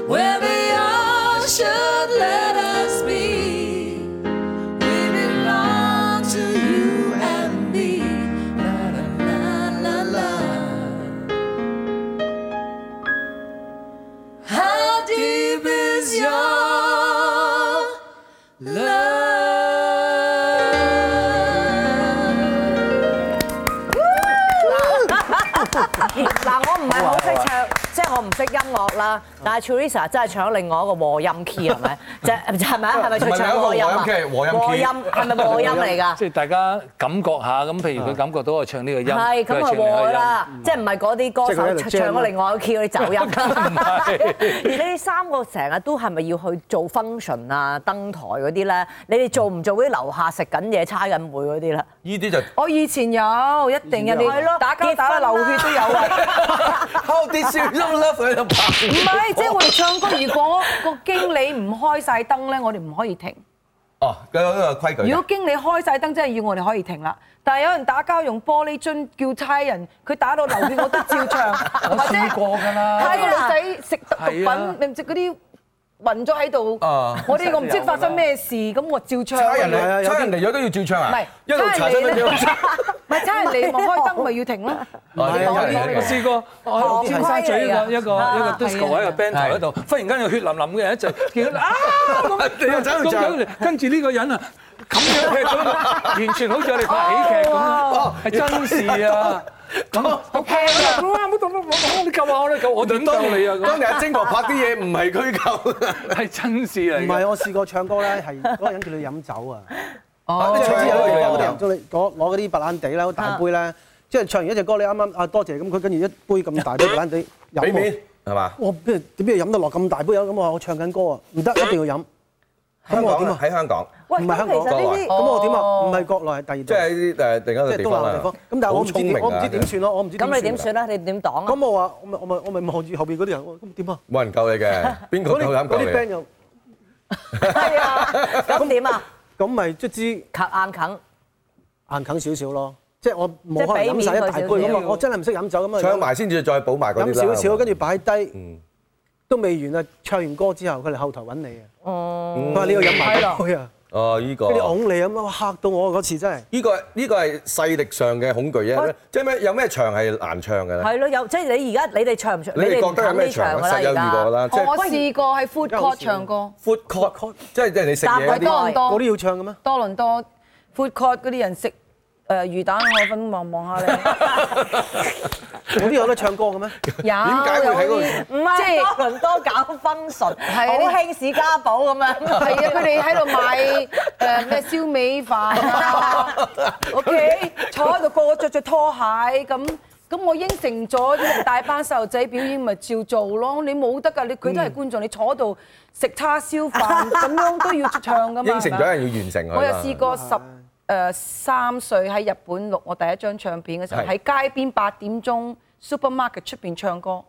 Speaker 8: Where they all should let us be. We belong to you and me. La la la la la. How deep is your love.
Speaker 1: 嗱，我唔係好啊嗯識唱，即係我唔識音樂啦。但係 Teresa 真係唱咗另外一個和音 key 係咪？即係係咪啊？係咪佢唱和音啊？
Speaker 4: 唔係有一個和音 key，和
Speaker 1: 和
Speaker 4: 音 key
Speaker 1: 音係咪和音嚟㗎？
Speaker 2: 即係大家感覺下咁，譬如佢感覺到我唱呢個音，
Speaker 1: 係
Speaker 2: 嗯佢
Speaker 1: 咁啊
Speaker 2: 唱另一個
Speaker 1: 和
Speaker 2: 音。
Speaker 1: 啦，即係唔係嗰啲歌
Speaker 3: 即係佢喺
Speaker 1: 手
Speaker 3: 度
Speaker 1: 唱
Speaker 3: jam
Speaker 1: 唱咗另外一個 key 嗰啲走音。
Speaker 2: 係
Speaker 1: 而你哋三個成日都係咪要去做 function 啊、登台嗰啲咧？你哋做唔做嗰啲樓下食緊嘢、猜緊會嗰啲咧？
Speaker 4: 呢啲就
Speaker 5: 我以前有，一定人
Speaker 1: 係咯
Speaker 5: 哋打交打到流血都有啊！
Speaker 4: How did you love 佢就拍
Speaker 5: 唔係，即係我哋唱歌，如果個經理唔開晒燈咧，我哋唔可以停。
Speaker 4: 哦，佢有呢個規矩
Speaker 5: 如
Speaker 3: 啊
Speaker 4: 嘅
Speaker 5: 果。經理開晒燈，真係要我哋可以停啦。但係有人打交用玻璃樽叫差人，佢打到流血我都照唱，
Speaker 2: 我試過㗎啦，
Speaker 5: 睇個女仔食毒毒
Speaker 2: 係啊
Speaker 5: 品，你唔知嗰啲暈咗喺度
Speaker 4: 啊，
Speaker 5: 我哋我唔知發生咩事，咁我照唱。
Speaker 4: 差人
Speaker 3: 係
Speaker 4: 嚟，
Speaker 3: 啊有啲
Speaker 4: 差人嚟咗都要照唱啊！
Speaker 5: 唔係
Speaker 4: 一路查身 份證，
Speaker 5: 唔係差人嚟，咪開燈咪要停咯。
Speaker 4: 哦呢個係
Speaker 2: 我試過我喺尖沙咀一個一個一個 disco 喺個 band 台嗰度，忽然間有血淋淋嘅人一陣見到啊咁，你又走嚟，跟住呢個人啊咁樣踢到，完全好似我哋拍喜劇咁啊，係真事啊！咁我驚啊！冇動冇你救下我啦，救我點救你啊？
Speaker 4: 當年阿晶哥拍啲嘢唔係佢救，
Speaker 2: 係真事嚟
Speaker 3: 唔
Speaker 2: 嘅
Speaker 4: 啊
Speaker 3: 係，。我試過唱歌咧，係嗰個人叫你飲酒 啊。
Speaker 4: 哦，
Speaker 3: 唱之後咧，嗰啲人
Speaker 4: 有
Speaker 3: 中你攞攞嗰啲白蘭地啦，好大杯
Speaker 4: 啊
Speaker 3: 咧，即係唱完一隻歌，你啱啱啊多謝咁，佢跟住一杯咁大杯白蘭地飲
Speaker 4: 俾
Speaker 3: 喎
Speaker 4: 面。係嘛？
Speaker 3: 我邊度點邊度飲得落咁大杯酒？咁我話我唱緊歌啊，唔得一定要飲。咁
Speaker 4: 香
Speaker 3: 我
Speaker 4: 港
Speaker 3: 點
Speaker 4: 啊
Speaker 3: 啊？
Speaker 4: 喺香港，
Speaker 1: 喂，
Speaker 3: 唔係
Speaker 1: 咁
Speaker 3: 香
Speaker 1: 其
Speaker 3: 港
Speaker 1: 實呢啲
Speaker 4: 國
Speaker 3: 咁我點啊？唔係國內係
Speaker 4: 即
Speaker 3: 第
Speaker 4: 係
Speaker 3: 二
Speaker 4: 喺誒另一
Speaker 3: 度，
Speaker 4: 個
Speaker 3: 即係
Speaker 4: 地
Speaker 3: 東南
Speaker 4: 方
Speaker 3: 亞
Speaker 4: 啦
Speaker 3: 地方。咁但係我唔
Speaker 4: 好
Speaker 3: 知
Speaker 4: 聰明啊
Speaker 3: 點，我唔知
Speaker 4: 㗎
Speaker 3: 點算咯，我唔 知
Speaker 1: 咁你
Speaker 3: 點
Speaker 1: 點
Speaker 3: 算
Speaker 1: 算
Speaker 3: 啊？
Speaker 1: 咧？你點擋啊？
Speaker 3: 咁我話我咪我咪我咪望住後邊嗰啲人，我咁點啊？
Speaker 4: 冇人救你 嘅，邊個
Speaker 3: 嗰啲
Speaker 4: 夠膽
Speaker 3: 嗰
Speaker 4: 救
Speaker 3: 啲 band
Speaker 4: 你？
Speaker 3: 又
Speaker 1: 係啊，咁點啊？
Speaker 3: 咁咪卒之
Speaker 1: 啃硬啃，
Speaker 3: 硬啃少少咯，即係我冇
Speaker 1: 即係
Speaker 3: 可能
Speaker 1: 俾
Speaker 3: 飲
Speaker 1: 面
Speaker 3: 晒一
Speaker 1: 佢
Speaker 3: 大杯咁
Speaker 1: 少
Speaker 3: 啊！
Speaker 1: 少
Speaker 3: 我真係唔識飲酒咁啊！
Speaker 4: 唱埋先至再補埋嗰啲
Speaker 3: 飲
Speaker 4: 啦
Speaker 3: 少少，跟住擺
Speaker 4: 嗯
Speaker 3: 低，都未完啊！唱完歌之後，佢嚟後台揾你啊！佢話你要飲埋杯啊！
Speaker 4: 哦，呢個
Speaker 3: 跟住擁你咁啊！哇嚇到我嗰次真係
Speaker 4: 呢個呢個係勢力上嘅恐懼啫，即係咩有咩場係難唱嘅咧？
Speaker 1: 係咯，有即係你而家你哋唱唔唱？
Speaker 4: 你哋
Speaker 1: 唔
Speaker 4: 覺得有
Speaker 1: 肯
Speaker 4: 咩
Speaker 1: 呢
Speaker 4: 場
Speaker 1: 場㗎
Speaker 4: 啊？
Speaker 1: 啦，
Speaker 4: 實有
Speaker 1: 而
Speaker 4: 遇過
Speaker 1: 家
Speaker 4: 啦，即係
Speaker 9: 我試過喺 food
Speaker 3: 真係好
Speaker 9: court
Speaker 3: 少
Speaker 9: 唱歌，
Speaker 4: food court，即係即係你食
Speaker 1: 搭
Speaker 4: 嘢
Speaker 1: 嗰
Speaker 4: 嗰
Speaker 9: 喺
Speaker 4: 啲
Speaker 9: 多倫
Speaker 3: 嗰
Speaker 5: 哦
Speaker 9: 多
Speaker 3: 啲要唱嘅咩？
Speaker 9: 多倫多
Speaker 5: food court 嗰啲人食誒魚蛋海粉望望下你，
Speaker 3: 嗰啲有得唱歌嘅咩？
Speaker 9: 有
Speaker 4: 點解會喺嗰
Speaker 9: 有
Speaker 4: 度
Speaker 9: 啲
Speaker 1: 唔係
Speaker 9: 即
Speaker 5: 啊
Speaker 9: 係
Speaker 1: 多倫多搞 function，
Speaker 9: 係
Speaker 1: 好
Speaker 9: 呢
Speaker 1: 興史家寶咁樣。
Speaker 9: 係啊，佢哋喺度賣
Speaker 5: ờ,
Speaker 9: 誒咩燒味飯啊
Speaker 5: OK，坐喺度個個着住拖鞋咁。咁我應承咗，咁大班細路仔表演咪照做咯。你冇得㗎，你佢都係觀眾，你坐喺度食叉燒飯咁樣都要唱
Speaker 3: 啊
Speaker 5: 㗎嘛。
Speaker 4: 應承
Speaker 5: 係
Speaker 4: 咗
Speaker 5: 咪
Speaker 4: 人要完成佢。
Speaker 5: 我又試，過十誒三歲喺日本錄我第一張唱片嘅時候，喺
Speaker 4: 係
Speaker 5: 街邊八點鐘 supermarket 出邊唱歌，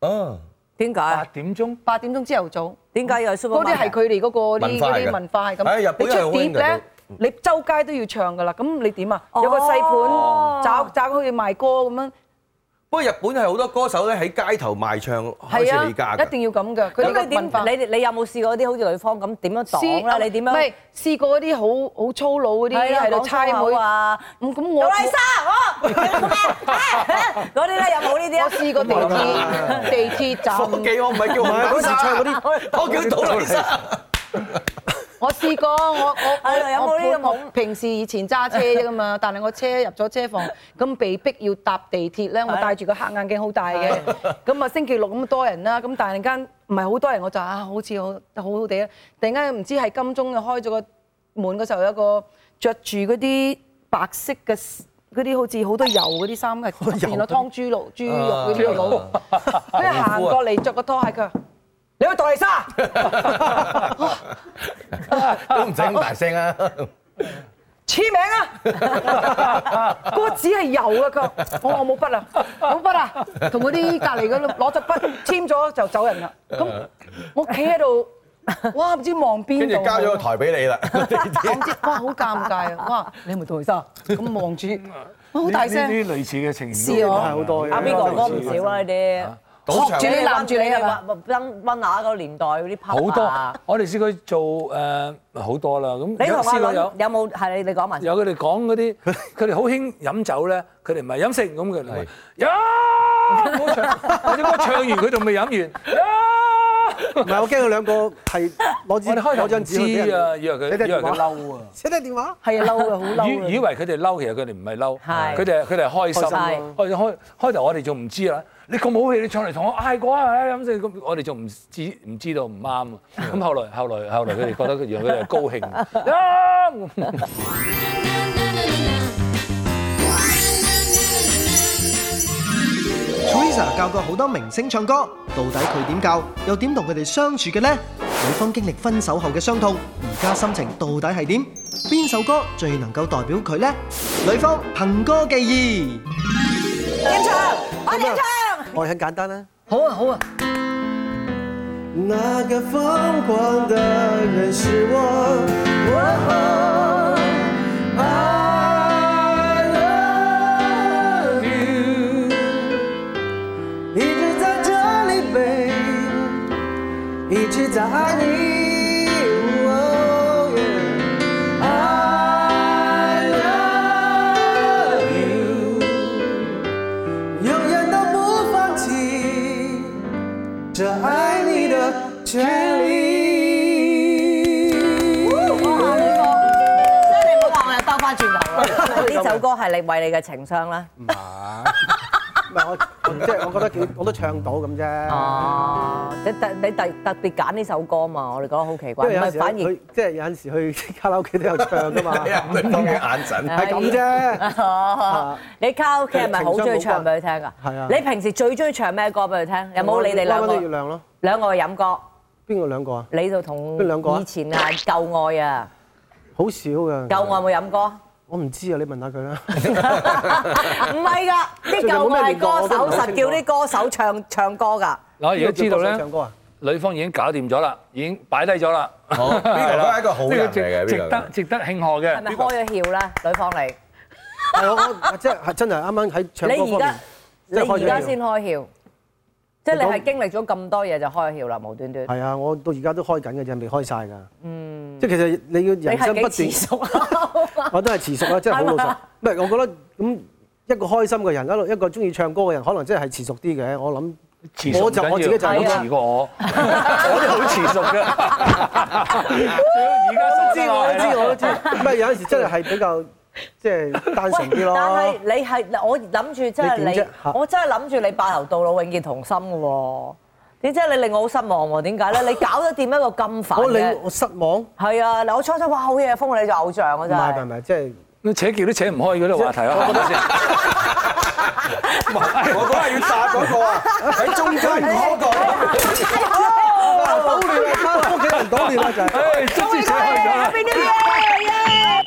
Speaker 4: 哦，
Speaker 1: 點
Speaker 2: 八
Speaker 1: 解？
Speaker 2: 點鐘
Speaker 5: 八點鐘朝頭早。
Speaker 1: 點解有 super？
Speaker 5: 嗰啲係佢哋嗰個
Speaker 4: 文
Speaker 5: 啲
Speaker 4: 化
Speaker 5: 嗰
Speaker 4: 嚟嘅
Speaker 5: 啲文化係
Speaker 4: 哎日
Speaker 5: 咁。
Speaker 4: 本
Speaker 5: 你
Speaker 4: 人好
Speaker 5: 出碟
Speaker 4: 興㗎
Speaker 5: 咧
Speaker 4: 都，
Speaker 5: 你周街都要唱㗎啦。咁你點啊？
Speaker 1: 哦
Speaker 5: 有個細盤，找找好似賣歌咁樣，
Speaker 4: 不過日本係好多歌手咧喺街頭賣唱開始起
Speaker 5: 係
Speaker 4: 家
Speaker 5: 啊，
Speaker 4: 㗎
Speaker 5: 一定要咁㗎。
Speaker 1: 咁
Speaker 5: 佢哋
Speaker 1: 佢
Speaker 5: 個文化。
Speaker 1: 點？你你有冇試過啲好似女方咁點樣擋啊啦？你點
Speaker 5: 唔
Speaker 1: 樣
Speaker 5: 係？試過嗰啲好好粗魯嗰啲
Speaker 1: 係啊
Speaker 5: 喺度
Speaker 1: 講粗
Speaker 5: 猜
Speaker 1: 口
Speaker 5: 妹
Speaker 1: 啊
Speaker 5: 咁咁
Speaker 1: 有
Speaker 5: 我
Speaker 1: 麗莎，我嗰啲咧有冇呢啲
Speaker 9: 我
Speaker 1: 啊？
Speaker 9: 試過地鐵地鐵
Speaker 4: 我
Speaker 9: 站，
Speaker 4: 記我唔係叫
Speaker 3: 唔
Speaker 4: 紅
Speaker 3: 係嗰
Speaker 4: 豆
Speaker 3: 時唱嗰
Speaker 4: 沙，
Speaker 3: 啲，
Speaker 4: 我叫杜麗莎。
Speaker 9: 我試過 我我我
Speaker 1: 係啦有冇呢個
Speaker 9: 我我平時以前揸車啫 嘛，但係我車入咗車房，咁被逼要搭地鐵咧，我戴住個黑眼鏡好大嘅，
Speaker 5: 咁啊星期六咁多人啦，咁突然間唔係好多人，我就啊好似好好好地啦。突然間唔知係金鐘嘅開咗個門嗰時候，有一個着住嗰啲白色嘅嗰啲好似好多油嗰 啲衫嘅，變咗湯豬肉豬肉嗰啲佬，
Speaker 1: 啊
Speaker 5: 佢一行過嚟着個拖鞋，佢話你去杜麗莎，
Speaker 4: 都唔使咁大聲啊！
Speaker 5: 簽名啊！嗰個紙係油啊！佢話我我冇筆啊，冇筆啊！同嗰啲隔離嗰度攞咗筆簽咗就走人啦。咁我企喺度，哇唔知望邊
Speaker 4: 跟住
Speaker 5: 度。啊
Speaker 4: 交咗個台俾你啦。
Speaker 5: 我唔知，哇好尷尬啊！哇，你係咪杜麗莎？咁望住，哇好大
Speaker 2: 呢
Speaker 5: 聲，啊
Speaker 2: 呢啲類似嘅情
Speaker 5: 試
Speaker 2: 形
Speaker 5: 我
Speaker 2: 都
Speaker 3: 係好多嘅
Speaker 1: 啊阿邊個哥唔少啦呢
Speaker 2: 啊
Speaker 1: 啲。
Speaker 4: 賭場
Speaker 5: 學住你攬住你係嘛？
Speaker 1: 温温温雅嗰個年代嗰啲啊 p
Speaker 2: 好多。我哋試過做誒好多啦，咁
Speaker 1: 你同阿
Speaker 2: 試過
Speaker 1: 倫
Speaker 2: 有。
Speaker 1: 有冇係你你講埋先？
Speaker 2: 有佢哋講嗰 啲，佢哋好興飲酒咧，佢哋唔係飲食咁嘅，佢呀，我唱，或者我唱完佢仲未飲完，呀，
Speaker 3: 唔係我驚佢兩個係
Speaker 2: 我
Speaker 3: 攞支
Speaker 2: 哋開頭
Speaker 3: 攞
Speaker 2: 唔
Speaker 3: 張紙去俾
Speaker 2: 知
Speaker 3: 人
Speaker 2: 啊，以為
Speaker 3: 你
Speaker 2: 佢以
Speaker 3: 聽
Speaker 2: 為佢
Speaker 3: 電話
Speaker 2: 嬲啊。
Speaker 3: 寫低電話。
Speaker 5: 係啊嬲嘅，好嬲
Speaker 2: 以以
Speaker 5: 嘅。
Speaker 2: 為佢哋嬲，其實佢哋唔係嬲，
Speaker 1: 係
Speaker 2: 佢哋佢哋係開心。
Speaker 1: 開心咯
Speaker 2: 開開開頭我哋仲唔知啦，你咁好氣，你上嚟同我嗌過啊，唉咁先咁，我哋仲唔知唔知道唔啱啊。咁後來後來後來佢哋覺得原來佢哋係高 興。啊咁
Speaker 6: Teresa 教過好多明星唱歌，到底佢點教，又點同佢哋相處嘅呢？女方經歷分手後嘅傷痛，而家心情到底係點？邊首歌最能夠代表佢呢？女方憑歌記憶。
Speaker 1: 點唱？我點唱？
Speaker 3: 我哋很簡單啦。
Speaker 1: 好啊好啊！
Speaker 3: 那個瘋狂的人是我。I love you，一直在這裡，babe，一直在愛你。哦，yeah I love you，永遠都不放棄這愛你的權利。
Speaker 1: 哇！哦呢個真係你唔好話我又兜翻轉頭啦。呢首歌係你為你嘅情傷啦。
Speaker 2: 嗯
Speaker 3: 唔係我，我即係我覺得幾，我都唱到咁啫。
Speaker 1: 哦，你特你特特別揀呢首歌嘛？我哋覺得好奇
Speaker 3: 因
Speaker 1: 怪，唔
Speaker 3: 為有陣
Speaker 1: 係
Speaker 3: 時
Speaker 1: 反 而
Speaker 3: 佢即係有陣時去卡拉 OK 都有唱噶嘛，
Speaker 4: 哎
Speaker 3: 係
Speaker 4: 呀對方嘅眼神。
Speaker 3: 咁啫。
Speaker 1: 哦，你卡拉 OK 係咪好中意唱俾佢聽㗎？
Speaker 3: 係啊
Speaker 1: 你平時最中意唱咩歌俾佢聽？有冇你哋兩
Speaker 3: 彎彎的月
Speaker 1: 個
Speaker 3: 亮咯？
Speaker 1: 兩個去飲歌？
Speaker 3: 邊個兩個啊？
Speaker 1: 你就同
Speaker 3: 邊兩個啊
Speaker 1: 以前啊舊愛啊，
Speaker 3: 好少㗎。
Speaker 1: 舊愛有冇飲歌？
Speaker 3: 我唔知啊，你問下佢啦。
Speaker 1: 唔係㗎，啲舊愛歌手實叫啲歌手唱唱歌 㗎。
Speaker 2: 嗱，我而家知道
Speaker 3: 唱
Speaker 2: 咧，
Speaker 3: 歌啊？
Speaker 2: 女方已經搞掂咗啦，已經擺低咗啦。
Speaker 4: 好，呢個都係一個好
Speaker 2: 呢個
Speaker 4: 人
Speaker 2: 值
Speaker 4: 嚟嘅，
Speaker 2: 值
Speaker 4: 呢個
Speaker 2: 得值得慶賀嘅
Speaker 1: 係。咪開咗竅咧？女方嚟，
Speaker 3: 係我我即係真係啱啱喺唱歌
Speaker 1: 你而家你
Speaker 3: 方面，即係開咗
Speaker 1: 而家
Speaker 3: 竅
Speaker 1: 先開竅，即係你
Speaker 3: 你講
Speaker 1: 係經歷咗咁多嘢就開竅啦，無端端。
Speaker 3: 係啊，我到而家都開緊嘅啫，未開晒㗎。嗯，即係其實你嘅
Speaker 1: 你
Speaker 3: 人
Speaker 1: 係
Speaker 3: 生不斷
Speaker 1: 幾。遲熟啊？
Speaker 3: 我都係持續啦，真係好老
Speaker 1: 係
Speaker 3: 實
Speaker 1: 嘛。
Speaker 3: 唔係，我覺得咁一個開心嘅人，一路一個中意唱歌嘅人，可能真係持續啲嘅。我諗我就我自己就係
Speaker 1: 係
Speaker 3: 咁
Speaker 1: 啊
Speaker 3: 持
Speaker 2: 遲過 我，我都好遲熟㗎。而家
Speaker 3: 知我都知我都知。唔係有陣時真係係比較即係單純啲
Speaker 1: 但
Speaker 3: 咯
Speaker 1: 係。你係我諗住真係
Speaker 3: 你
Speaker 1: 你
Speaker 3: 點啫嚇，
Speaker 1: 我真係諗住你白頭到老永結同心嘅喎。點知你令我好失望喎？點解 咧？你搞得掂一個咁煩
Speaker 3: 我
Speaker 1: 嘅
Speaker 3: 令，我失望，唔
Speaker 1: 係啊！嗱，我初初話好嘢，封你做偶像啊真
Speaker 3: 係唔
Speaker 1: 係。
Speaker 3: 係，即係
Speaker 2: 你扯橋都扯唔開嗰啲話題啊，係咪先？
Speaker 4: 我嗰日要殺嗰個啊，喺中間唔開個。
Speaker 3: 搗亂啦，屋企人搗亂啦就係。
Speaker 2: 唉，卒之扯開咗啦。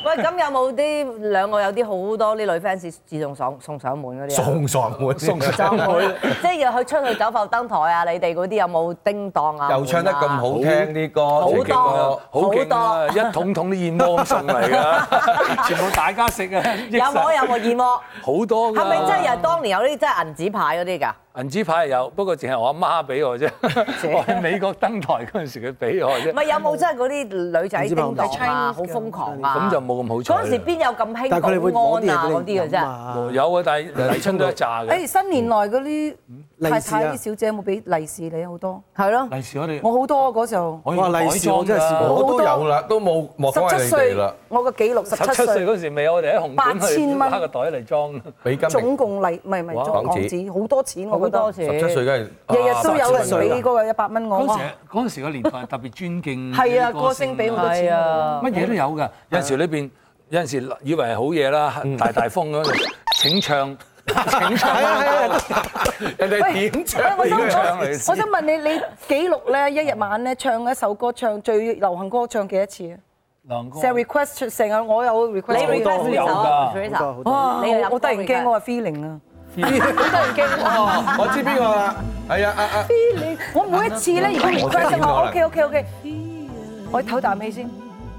Speaker 1: 喂，咁有冇啲兩個有啲好多啲女 fans 自動送送上門嗰啲啊？
Speaker 4: 送上門，送上
Speaker 1: 即係要去出去走浮登台啊！你哋嗰啲有冇叮當啊？
Speaker 4: 又唱得咁好聽啲歌，
Speaker 1: 好
Speaker 4: 真係勁啊
Speaker 3: 哦
Speaker 1: 多
Speaker 2: 好勁啊！一桶桶啲燕窩咁送嚟 㗎，全部大家食啊！
Speaker 1: 有冇有 冇二魔？
Speaker 2: 好多㗎。
Speaker 1: 係咪真係又當年有啲真係銀紙牌嗰啲㗎？
Speaker 2: 銀紙牌有，不過淨係我阿媽 俾我啫。我喺美國登台嗰陣時，佢俾我啫
Speaker 1: 唔。係有冇真係嗰啲女仔叮當
Speaker 5: 銀紙牌
Speaker 1: 啊？
Speaker 5: 好
Speaker 1: 好瘋狂啊！
Speaker 2: 咁就冇咁好彩啦。
Speaker 1: 嗰陣時邊有咁
Speaker 3: 但係佢哋會
Speaker 1: 興保
Speaker 3: 攞啲
Speaker 1: 安啊嗰
Speaker 3: 嘢俾
Speaker 1: 啲嘅
Speaker 3: 你飲
Speaker 1: 啫？
Speaker 3: 啊。
Speaker 2: 有啊，但係黎春都一紮嘅。
Speaker 5: 誒哎新年來嗰啲
Speaker 3: 利
Speaker 5: 太
Speaker 3: 是啊
Speaker 5: 太啲小姐有冇俾利是你啊好多？
Speaker 1: 係咯，
Speaker 2: 黎氏我哋
Speaker 5: 我好多嗰時候，
Speaker 2: 我
Speaker 3: 哇利是我真係
Speaker 2: 啊
Speaker 3: 試過
Speaker 4: 我都有啦，都冇莫講
Speaker 5: 十
Speaker 4: 係
Speaker 5: 七
Speaker 4: 你哋
Speaker 5: 歲
Speaker 4: 啦。，
Speaker 5: 我個記錄
Speaker 2: 十
Speaker 5: 十七
Speaker 2: 七歲
Speaker 5: 歲，
Speaker 2: 嗰陣時未，我哋喺紅館
Speaker 5: 八
Speaker 2: 去
Speaker 5: 千蚊
Speaker 2: 拉個袋嚟裝。
Speaker 4: 美金
Speaker 5: 總共利唔係唔係總
Speaker 4: 哇
Speaker 5: 港
Speaker 4: 港
Speaker 5: 紙好多錢，我
Speaker 1: 好
Speaker 5: 覺得
Speaker 1: 多。
Speaker 4: 十七歲
Speaker 1: 時。
Speaker 4: 梗係
Speaker 5: 日日都有人
Speaker 3: 歲
Speaker 5: 俾嗰個一百蚊我，
Speaker 2: 嗰陣
Speaker 5: 哇
Speaker 2: 時嗰陣時個年代特別尊敬。
Speaker 5: 係啊，歌星俾好多
Speaker 1: 係
Speaker 5: 錢我。
Speaker 1: 啊，
Speaker 2: 乜嘢都有㗎，有陣時裏邊有陣時以為係好嘢啦，大大風嗰度請唱，請唱
Speaker 3: 係啊係啊，
Speaker 4: 人哋點唱
Speaker 5: 我
Speaker 4: 你
Speaker 5: 想
Speaker 4: 都唱
Speaker 5: 我
Speaker 4: 嚟
Speaker 5: 我想問你，你記錄咧一日晚咧唱一首歌，唱最流行歌唱幾多次啊？
Speaker 2: 狼哥
Speaker 5: 成日 request 成日我有 request，
Speaker 1: 你
Speaker 2: 好多好
Speaker 1: request 呢
Speaker 2: 有
Speaker 1: 首啊
Speaker 2: 㗎
Speaker 1: Teresa
Speaker 3: 好多好多
Speaker 5: 哇！
Speaker 1: 你又有
Speaker 5: 我我突然
Speaker 1: request
Speaker 5: 驚我話 feeling 啊，
Speaker 4: 我知邊個啦，係啊啊啊！
Speaker 5: 我每一次咧如果 request 我 OK OK OK，我唞啖氣先，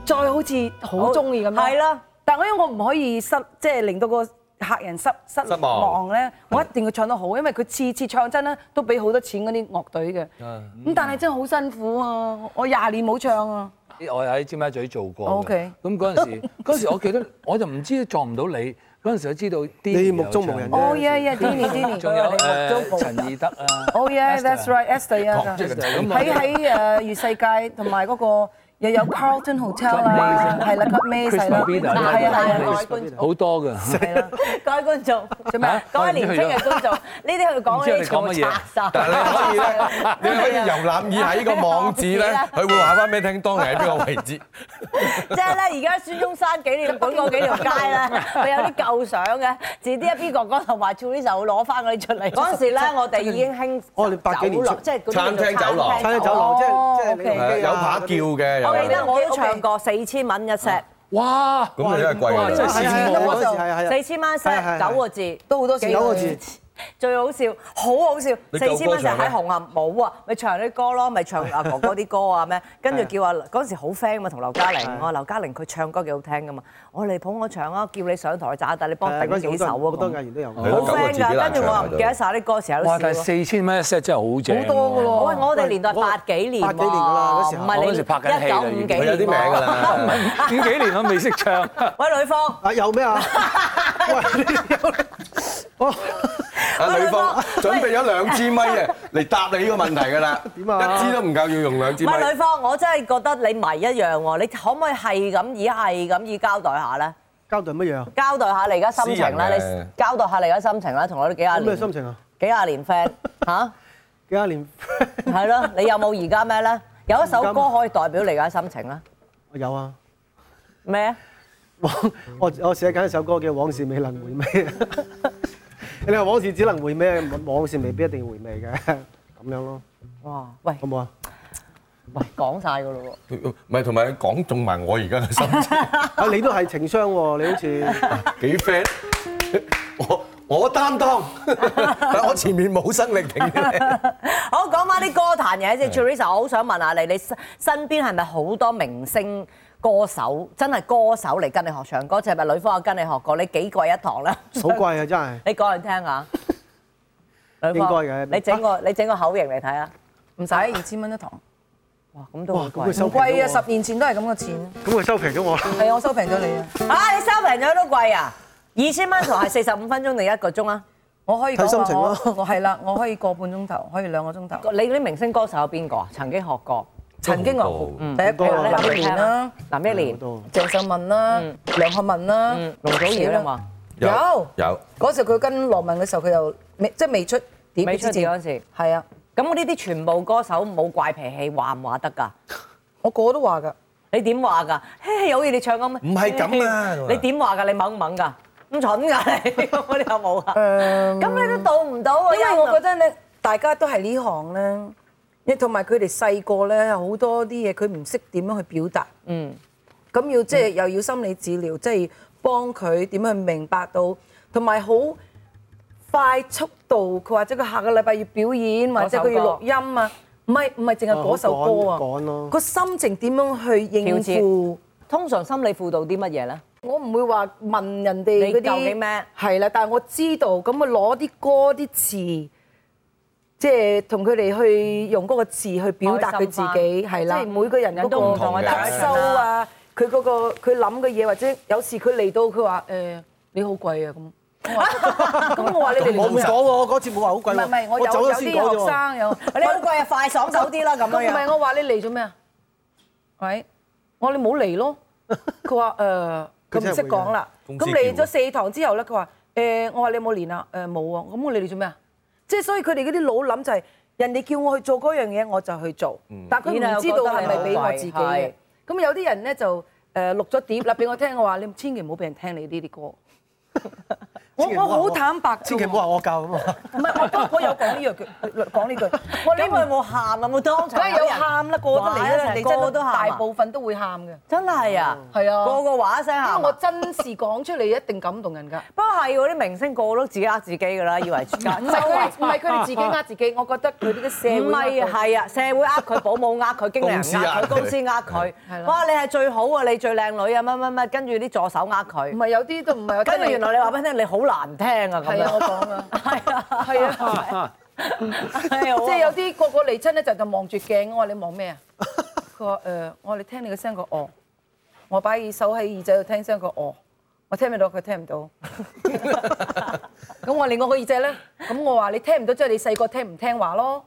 Speaker 5: 再好似好中意咁樣。
Speaker 1: 係啦，
Speaker 5: 但我因為我唔可以失，即係令到個客人失失
Speaker 4: 失望
Speaker 5: 望咧，我一定要唱得好，因為佢次次唱真咧都俾好多錢嗰啲樂隊嘅。咁但係真係好辛苦啊！我廿年冇唱啊。
Speaker 2: 我喺尖沙咀做過嘅。
Speaker 5: OK
Speaker 2: 咁嗰陣時，嗰陣時我記得我就唔知撞唔到你，嗰陣時我知道啲
Speaker 3: 你目中無人
Speaker 5: 哦
Speaker 3: 啫。
Speaker 5: yeah yeah Dini Dini，
Speaker 2: 仲有誒陳義德啊，
Speaker 5: Oh yeah that's right Esther 啊，喺喺誒月世界同埋嗰個又有 Carlton Hotel 啦，係啦 Club Maze 係啦，係啊
Speaker 1: 哎
Speaker 5: 係啊，
Speaker 2: 好多㗎。
Speaker 1: 係啦，各位觀眾做咩
Speaker 2: 啊？
Speaker 1: 各位年青嘅觀眾，呢啲佢講嗰啲全部
Speaker 2: 唔知你講乜嘢
Speaker 1: 拆晒。
Speaker 4: 但係你可以咧，你可以遊覽以下呢個網址咧，佢會話翻俾你聽當年喺邊個位置。
Speaker 1: 即係咧，而家孫中山紀念館嗰幾條街 咧，佢有啲舊相嘅，自啲一邊哥哥同埋 Teresa 會攞翻嗰啲出嚟。嗰陣時咧，我哋已經興
Speaker 3: 哦你百幾年出
Speaker 1: 酒樓即係嗰啲
Speaker 4: 餐廳
Speaker 1: 叫做
Speaker 4: 酒樓
Speaker 3: 餐廳走廊即係即係你
Speaker 4: 係啊有扒叫嘅，
Speaker 1: 我
Speaker 4: 有
Speaker 1: 記得我都唱過四千蚊一 set，
Speaker 2: 哇！
Speaker 4: 咁你真係貴啊
Speaker 2: 哇真係
Speaker 3: 係
Speaker 2: 羨
Speaker 3: 係
Speaker 2: 慕啊
Speaker 3: 嗰時係係
Speaker 1: 四
Speaker 3: 係。
Speaker 1: 千蚊一
Speaker 3: 係係
Speaker 1: set
Speaker 3: 係
Speaker 1: 九個字，
Speaker 5: 都好多錢
Speaker 3: 九個字，
Speaker 1: 最好笑，好好笑！
Speaker 4: 你
Speaker 1: 四
Speaker 4: 舊
Speaker 1: 千蚊
Speaker 4: 歌
Speaker 1: 就
Speaker 4: 唱咩
Speaker 1: 喺紅磡冇啊，咪唱啲歌咯，咪唱阿哥哥啲歌啊咩，跟住叫阿嗰陣時好 friend 嘛，同劉嘉玲，我話劉嘉玲佢唱歌幾好聽噶嘛，我嚟捧我唱啊，叫你上台炸，但你幫我頂
Speaker 3: 係嗰時
Speaker 1: 幾
Speaker 3: 好
Speaker 1: 首
Speaker 3: 多
Speaker 1: 啊
Speaker 3: 好多藝
Speaker 1: 咁。
Speaker 3: 員都有
Speaker 4: 係
Speaker 1: 好
Speaker 4: 咯
Speaker 3: 嘅。
Speaker 4: 九個
Speaker 1: friend
Speaker 4: 字幾難
Speaker 1: 㗎，跟住我話唔
Speaker 4: 唱啊都
Speaker 1: 記得晒啲歌詞，有
Speaker 2: 哇！
Speaker 1: 啲
Speaker 2: 但係
Speaker 1: 笑喎。
Speaker 2: 四千蚊一 set 真係好正，
Speaker 5: 好多㗎咯
Speaker 1: 喂，我哋年代
Speaker 3: 喂我
Speaker 1: 八幾年喎，
Speaker 3: 八幾年㗎啦嗰時候
Speaker 1: 唔係
Speaker 2: 我
Speaker 1: 你
Speaker 2: 嗰時拍緊戲
Speaker 1: 一九
Speaker 2: 啦
Speaker 1: 五
Speaker 2: 已經
Speaker 1: 幾
Speaker 4: 佢有啲名㗎
Speaker 1: 年喎。
Speaker 4: 啦。
Speaker 2: 五幾年我未識唱，
Speaker 1: 喂，呂方。
Speaker 3: 啊有咩 啊？喂，你有哦
Speaker 4: 阿女方準備咗兩支咪啊，嚟答你呢個問題㗎啦。
Speaker 3: 點啊
Speaker 4: 一支都唔夠，要用兩支
Speaker 1: 唔係
Speaker 4: 咪
Speaker 1: 女。方，我真係覺得你迷一樣喎，你可唔可以係咁以係咁以交代下咧？
Speaker 3: 交代乜嘢啊？
Speaker 1: 交代下你而家心情啦，
Speaker 4: 私人
Speaker 1: 你
Speaker 4: 嘅
Speaker 1: 交代下你而家心情啦，同我哋幾廿
Speaker 3: 咩
Speaker 1: 年
Speaker 3: 心情啊？
Speaker 1: 幾廿年 friend 嚇，
Speaker 3: 幾多年？
Speaker 1: 係咯，你有冇而家咩咧？有一首歌可以代表你而家心情啦，
Speaker 3: 我有啊。
Speaker 1: 咩啊？
Speaker 3: 往我我寫緊一首歌叫《往事未能回味》， 你話往事只能回味，往事未必一定要回味嘅，咁樣咯，
Speaker 1: 哇！喂
Speaker 3: 好唔好啊？
Speaker 1: 喂，講晒㗎咯
Speaker 4: 唔係，同埋講中埋我而家嘅心情，
Speaker 3: 啊，你都係情商喎，你好似
Speaker 4: 幾 friend。我我擔當，但我前面冇生力挺嘅。
Speaker 1: 喎。好，講翻啲歌壇嘢先。Teresa，我好想問下你，你身身邊係咪好多明星歌手，真係歌手嚟跟你學唱歌，就係咪女方有跟你學過？你幾貴一堂啦？
Speaker 3: 好貴啊，真係。
Speaker 1: 你講嚟聽下。女方
Speaker 3: 應該嘅
Speaker 1: 你整個你整個口型嚟睇啊！
Speaker 5: 唔使二千蚊一堂，
Speaker 1: 哇，咁都
Speaker 3: 哇
Speaker 1: 好
Speaker 3: 咁佢
Speaker 1: 貴。
Speaker 3: 收
Speaker 5: 唔
Speaker 3: 平咗
Speaker 5: 貴啊！
Speaker 3: 我，
Speaker 5: 十年前都係咁嘅錢，
Speaker 3: 咁佢收平咗我啦。
Speaker 5: 係啊我收平咗你啊！
Speaker 1: 啊！你收平咗都貴啊！二千蚊堂係四十五分鐘定一個鐘啊？
Speaker 5: 我可以講
Speaker 3: 睇心情
Speaker 5: 話
Speaker 3: 咯
Speaker 5: 我我係啦，我可以個半鐘頭，可以兩個鐘頭。
Speaker 1: 你啲明星歌手有邊個啊？曾經學過。
Speaker 5: 曾經我
Speaker 4: 嗯
Speaker 5: 第一個
Speaker 3: 好多啊
Speaker 5: 林憶蓮
Speaker 1: à?
Speaker 5: 啦，
Speaker 1: 嗱咩年？
Speaker 3: 多
Speaker 5: 鄭秀文啦，梁漢文啦，
Speaker 1: 容嗯祖兒啊啦嘛。
Speaker 5: 有
Speaker 4: 有
Speaker 5: 嗰時佢跟羅文嘅時候，佢又未即係未出碟
Speaker 1: 未出
Speaker 5: 之前
Speaker 1: 碟嗰時，
Speaker 5: 係啊，
Speaker 1: 咁呢啲全部歌手冇怪脾氣，話唔話得㗎？
Speaker 5: 我個個都話㗎。
Speaker 1: 你點話㗎？嘿，好似你唱咁。
Speaker 4: 唔係咁啊
Speaker 1: 嘿你點話㗎？你猛唔猛㗎？咁蠢㗎 你？我哋有冇啊？咁你都到唔到啊？
Speaker 5: 因為我覺得咧，大家都係呢行咧，亦同埋佢哋細個咧好多啲嘢，佢唔識點樣去表達。嗯，咁要即係又要心理治療，即係幫佢點去明白到，同埋好快速度。佢或者佢下個禮拜要表演，或者佢要錄音啊，唔係唔係淨係嗰首歌
Speaker 3: 哦好趕趕咯
Speaker 5: 啊，個心情點樣去應
Speaker 1: 調節
Speaker 5: 付？
Speaker 1: 通常心理輔導啲乜嘢咧？
Speaker 5: 我唔會話問人哋
Speaker 1: 你
Speaker 5: 嗰
Speaker 1: 究
Speaker 5: 啲
Speaker 1: 竟咩
Speaker 5: 係啦，但係我知道咁我攞啲歌啲詞，即係同佢哋去用嗰個詞去表達佢自己係啦。
Speaker 1: 開心返
Speaker 5: 即係每個人嗰
Speaker 1: 人都唔
Speaker 4: 同
Speaker 5: 個
Speaker 4: 嘅
Speaker 5: 吸收啊，佢嗰個佢諗嘅嘢，或者有時佢嚟到佢話誒你好貴啊咁。我話咁我話你哋嚟
Speaker 3: 我唔講
Speaker 5: 做
Speaker 3: 喎，我嗰次冇話好
Speaker 5: 咩？唔係
Speaker 3: 貴喎。
Speaker 5: 唔係，我有
Speaker 3: 走
Speaker 5: 有
Speaker 3: 咗先講
Speaker 5: 啲
Speaker 3: 啫
Speaker 5: 學
Speaker 3: 喎。
Speaker 5: 生有。
Speaker 1: 你好貴啊！快爽手啲啦咁
Speaker 5: 咁唔
Speaker 1: 樣。
Speaker 5: 係我話你嚟做咩啊？喂，我話你冇嚟 咯。佢話誒，
Speaker 3: 佢
Speaker 5: 佢
Speaker 3: 真係
Speaker 5: 唔識講啦。
Speaker 4: 會㗎
Speaker 5: 咁嚟咗四堂之後咧，佢話誒，我話你有冇練啊？誒冇啊。咁我嚟嚟做咩啊？即係所以佢哋嗰啲腦諗就係人哋叫我去做嗰樣嘢，我就去做。
Speaker 3: 嗯
Speaker 5: 但佢唔知道係咪俾我自己嘅。咁有啲人咧就誒錄咗碟啦，俾我聽，我話你千祈唔好俾人聽你呢啲歌。我
Speaker 3: 千祈唔
Speaker 5: 我
Speaker 3: 好話我
Speaker 5: 好坦白㗎喎，
Speaker 3: 千祈唔好話我教咁啊！
Speaker 5: 唔係，我都我有講呢樣句，講呢句。 我話
Speaker 1: 你
Speaker 5: 你唔
Speaker 1: 咪冇喊啊！冇當場
Speaker 5: 梗係有
Speaker 1: 人
Speaker 5: 喊啦，過得嚟啦，
Speaker 1: 哇
Speaker 5: 你真
Speaker 1: 個個
Speaker 5: 係
Speaker 1: 都喊啊
Speaker 5: 大部分都會喊嘅，
Speaker 1: 真係啊！
Speaker 5: 係啊
Speaker 1: 個個話一聲
Speaker 5: 因
Speaker 1: 喊
Speaker 5: 為我
Speaker 1: 啊。
Speaker 5: 真事講出嚟一定感動人㗎。
Speaker 1: 不過係喎，啲明星個個都自己呃自己㗎 啦，以為自己
Speaker 5: 唔係佢哋，唔係佢哋自己呃自己，我覺得佢哋嘅社會
Speaker 1: 唔係
Speaker 5: 呃佢
Speaker 1: 係啊，社會呃佢，保姆呃佢，經理人
Speaker 4: 公司
Speaker 1: 呃
Speaker 4: 呃
Speaker 1: 佢，
Speaker 4: 佢
Speaker 1: 公司呃佢
Speaker 5: 係。啦
Speaker 1: 哇！你係最好啊，你最靚女啊，乜乜乜，跟住啲助手呃
Speaker 5: 唔
Speaker 1: 佢。
Speaker 5: 係有啲都唔係。
Speaker 1: 跟住原來你話俾佢聽，你好難聽啊咁
Speaker 5: 係啊，我
Speaker 1: 樣。
Speaker 5: 講啊，
Speaker 1: 係啊，
Speaker 5: 係啊，
Speaker 1: 係啊，
Speaker 5: 即係有啲個個嚟親咧就就望住鏡，我話你望咩啊？佢話誒，我話你聽你嘅聲，佢話哦，我擺耳手喺耳仔度聽聲，佢話哦，我聽唔到，佢聽唔到。咁我另外個耳仔咧，咁我話你聽唔到，即係你細個聽唔聽話咯。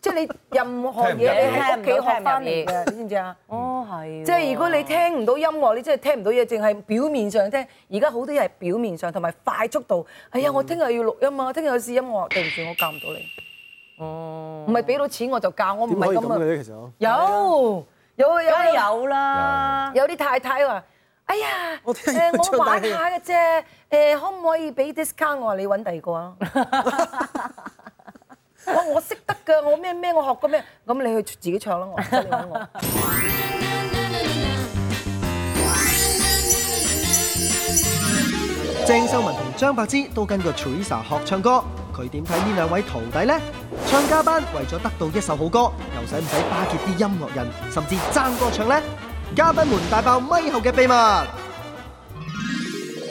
Speaker 5: 即係你任何嘢你喺屋企學翻嚟嘅，你知唔知啊？
Speaker 1: 哦係喎。
Speaker 5: 即係如果你聽唔到音樂，你真係聽唔到嘢，淨係表面上聽。而家好多嘢係表面上同埋快速度。哎呀，我聽日要錄音啊，我聽日要試音樂，我話對唔住，我教唔到你。哦，唔係俾到錢我就教，我唔
Speaker 3: 點可
Speaker 5: 係
Speaker 3: 以咁
Speaker 5: 咁
Speaker 3: 嘅
Speaker 5: 啊。
Speaker 3: 咧？其實
Speaker 5: 有有
Speaker 1: 梗係
Speaker 5: 有
Speaker 1: 有啦。
Speaker 5: 有啲太太話：哎呀，
Speaker 3: 我聽日
Speaker 5: 誒
Speaker 3: 要唱
Speaker 5: 我玩
Speaker 3: 大戲
Speaker 5: 下嘅啫，誒可唔可以俾 discount？我話你揾第二個啊。 我話我識得㗎，我咩咩我學過咩，咁你去自己唱啦，我唔使你揾我。
Speaker 6: 鄭秀文同張柏芝都跟過 Teresa 學唱歌，佢點睇呢兩位徒弟呢？唱家班為咗得到一首好歌，又使唔使巴結啲音樂人，甚至爭歌唱呢？嘉賓們大爆咪後嘅秘密，
Speaker 1: 阿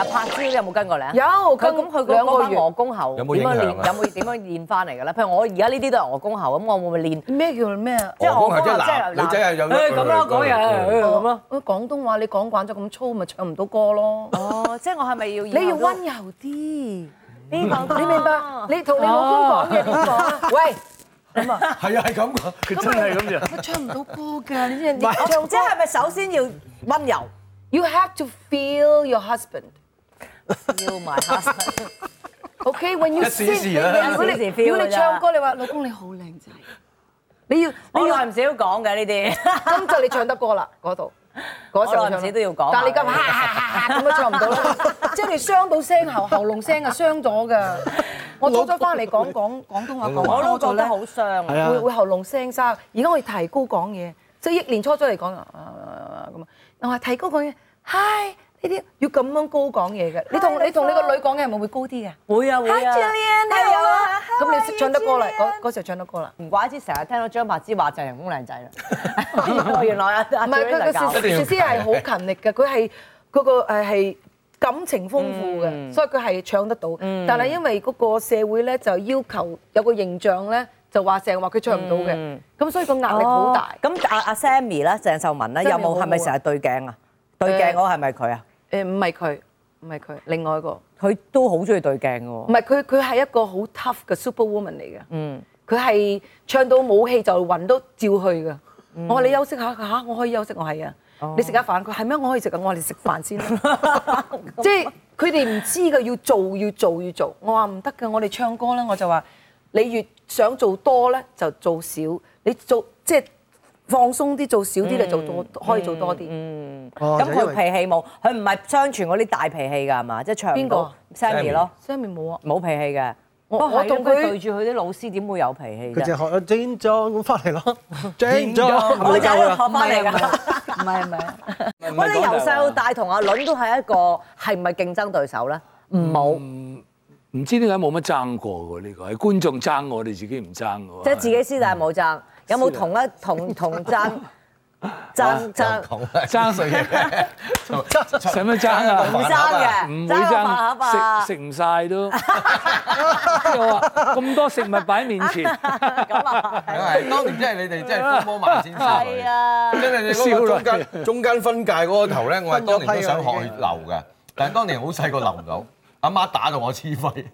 Speaker 1: 柏芝有冇跟過你啊？
Speaker 5: 有
Speaker 1: 佢
Speaker 5: 佢
Speaker 1: 咁佢嗰
Speaker 5: 兩
Speaker 1: 嗰
Speaker 5: 個
Speaker 1: 班
Speaker 5: 月
Speaker 1: 鵝公喉
Speaker 4: 有冇
Speaker 1: 點樣
Speaker 4: 影響
Speaker 1: 練？
Speaker 4: 啊
Speaker 1: 有冇點樣練翻嚟㗎咧？譬如我而家呢啲都係鵝公喉，咁我會唔會練？
Speaker 5: 咩叫咩啊？
Speaker 1: 即係
Speaker 4: 鵝公喉
Speaker 1: 即係
Speaker 4: 即係男
Speaker 1: 男
Speaker 4: 女仔係有
Speaker 1: 誒咁啦，嗰日誒咁咯。
Speaker 5: 我廣東話你講慣咗咁粗，咪唱唔到歌咯。
Speaker 1: 哦，即係我係咪要？
Speaker 5: 你要温柔啲，
Speaker 1: 呢個，
Speaker 5: 你明白？你同你老公講嘢點講啊？ 喂，咁啊，
Speaker 4: 係啊係咁㗎，佢真係咁樣。
Speaker 5: 我唱唔到歌㗎，你知唔知？
Speaker 1: 我
Speaker 5: 唱
Speaker 1: 即
Speaker 5: 歌
Speaker 1: 係咪首先要温柔
Speaker 5: you have to feel your husband。
Speaker 1: 要埋 husband？
Speaker 5: OK, when you
Speaker 4: 一
Speaker 5: sing，
Speaker 4: 時時啦
Speaker 5: 你如果
Speaker 1: 一時時
Speaker 5: 你
Speaker 1: feel
Speaker 5: 如果
Speaker 1: 㗎
Speaker 5: 你
Speaker 1: 咋
Speaker 5: 唱歌，你話老公你好靚仔，你要
Speaker 1: 我
Speaker 5: 你
Speaker 1: 耐
Speaker 5: 要
Speaker 1: 唔少講嘅呢啲，
Speaker 5: 咁就你唱得歌啦嗰度。嗰時候
Speaker 1: 我耐唔時都要講
Speaker 5: 但係你咁哈哈哈哈咁都唱唔到啦，即係你傷到聲喉喉嚨聲啊，傷咗㗎。我早咗翻嚟講講廣東話講
Speaker 1: 我都
Speaker 5: 多
Speaker 1: 覺得
Speaker 5: 咗咧，
Speaker 1: 好傷啊。
Speaker 3: 啊
Speaker 5: 會會喉嚨聲沙。而家我哋提高講嘢，即係一年初咗嚟講啊啊啊咁啊，我話提高講嘢，hi 呢啲要咁樣高講嘢嘅。你同你同你個女講嘢係咪會高啲嘅？
Speaker 1: 會啊會啊。
Speaker 5: dạ. Hi Julian，你好啊咁你識唱得歌啦，嗰嗰時候唱得歌啦。
Speaker 1: 唔怪之成日聽到張柏芝話就係人工靚仔啦。原來啊，
Speaker 5: 唔係佢個
Speaker 1: 教
Speaker 5: 攝攝師係好勤力嘅，佢係嗰個誒係感情豐富
Speaker 1: 嗯
Speaker 5: 嘅，所以佢係唱得到。但係因為嗰個社會咧就要求有個形象咧，就話成日話佢唱唔到
Speaker 1: 嗯
Speaker 5: 嘅，咁所以個壓力好大。
Speaker 1: 哦咁阿阿 Sammy 啦，鄭秀文啦，
Speaker 5: Sammy
Speaker 1: 有
Speaker 5: 好好
Speaker 1: 冇
Speaker 5: 啊
Speaker 1: 係咪成日對鏡啊？對鏡嗰個係咪佢啊？
Speaker 5: 誒唔係佢，唔係佢，另外一個。
Speaker 1: 佢都好中意對鏡嘅
Speaker 5: 唔
Speaker 1: 喎。
Speaker 5: 係佢佢係一個好 tough 嘅 superwoman 嚟嘅。嗯，佢係唱到冇氣就暈都照去嘅。
Speaker 2: 嗯
Speaker 5: 我話你休息下佢嚇，我可以休息，我係啊。
Speaker 2: 哦
Speaker 5: 你食下飯，佢係咩？我可以食啊！我話你食飯先 啦， 即係佢哋唔知嘅，要做要做要做。我話唔得嘅，我哋唱歌咧，我就話你越想做多咧就做少，你做即係放鬆啲，做少啲
Speaker 2: 嗯
Speaker 5: 你就多可以做多啲。
Speaker 3: 哦
Speaker 1: 咁
Speaker 3: 就因
Speaker 1: 佢啊
Speaker 3: 為
Speaker 1: 脾氣冇，佢唔係相傳嗰啲大脾氣㗎係嘛？即係唱
Speaker 5: 邊
Speaker 1: 唔
Speaker 5: 個
Speaker 1: 到
Speaker 5: 啊
Speaker 1: Sammy 咯，
Speaker 5: Sammy 冇啊，
Speaker 1: 冇脾氣嘅。
Speaker 5: 我
Speaker 1: 不過
Speaker 5: 我
Speaker 1: 係咯
Speaker 5: 同
Speaker 1: 佢
Speaker 5: 佢
Speaker 1: 對住佢啲老師點會有脾氣
Speaker 3: 佢就
Speaker 1: 啫？
Speaker 3: 學咗精裝咁翻嚟咯，精裝
Speaker 1: 我就
Speaker 3: 係
Speaker 1: 係
Speaker 3: 咪
Speaker 1: 喺
Speaker 3: 有
Speaker 1: 度學翻嚟
Speaker 3: 啊？
Speaker 1: 㗎。
Speaker 5: 唔係唔係。
Speaker 1: 我哋由細到大同阿倫都係一個係咪競爭對手咧？唔冇，
Speaker 2: 唔知點解冇乜爭過喎？呢個係觀眾爭我哋自己唔爭嘅喎。
Speaker 1: 即係自己師弟冇爭，有冇同一同同爭爭爭
Speaker 2: 爭
Speaker 4: 水嘅，
Speaker 2: 使乜爭
Speaker 1: 唔
Speaker 2: 啊？
Speaker 1: 爭嘅爭
Speaker 2: 唔，會
Speaker 1: 個飯盒
Speaker 2: 爭，
Speaker 1: 啊！
Speaker 2: 食食唔晒都。我話咁多食物擺喺面前，
Speaker 1: 咁啊，
Speaker 4: 係當年真係你哋真係風魔埋先笑
Speaker 1: 係
Speaker 4: 佢，
Speaker 1: 啊，
Speaker 4: 真係你嗰個中
Speaker 2: 笑
Speaker 4: 間中間分界嗰個頭咧，我係當年都想學去留嘅，但係當年好細個留唔到，阿媽打到我黐肺，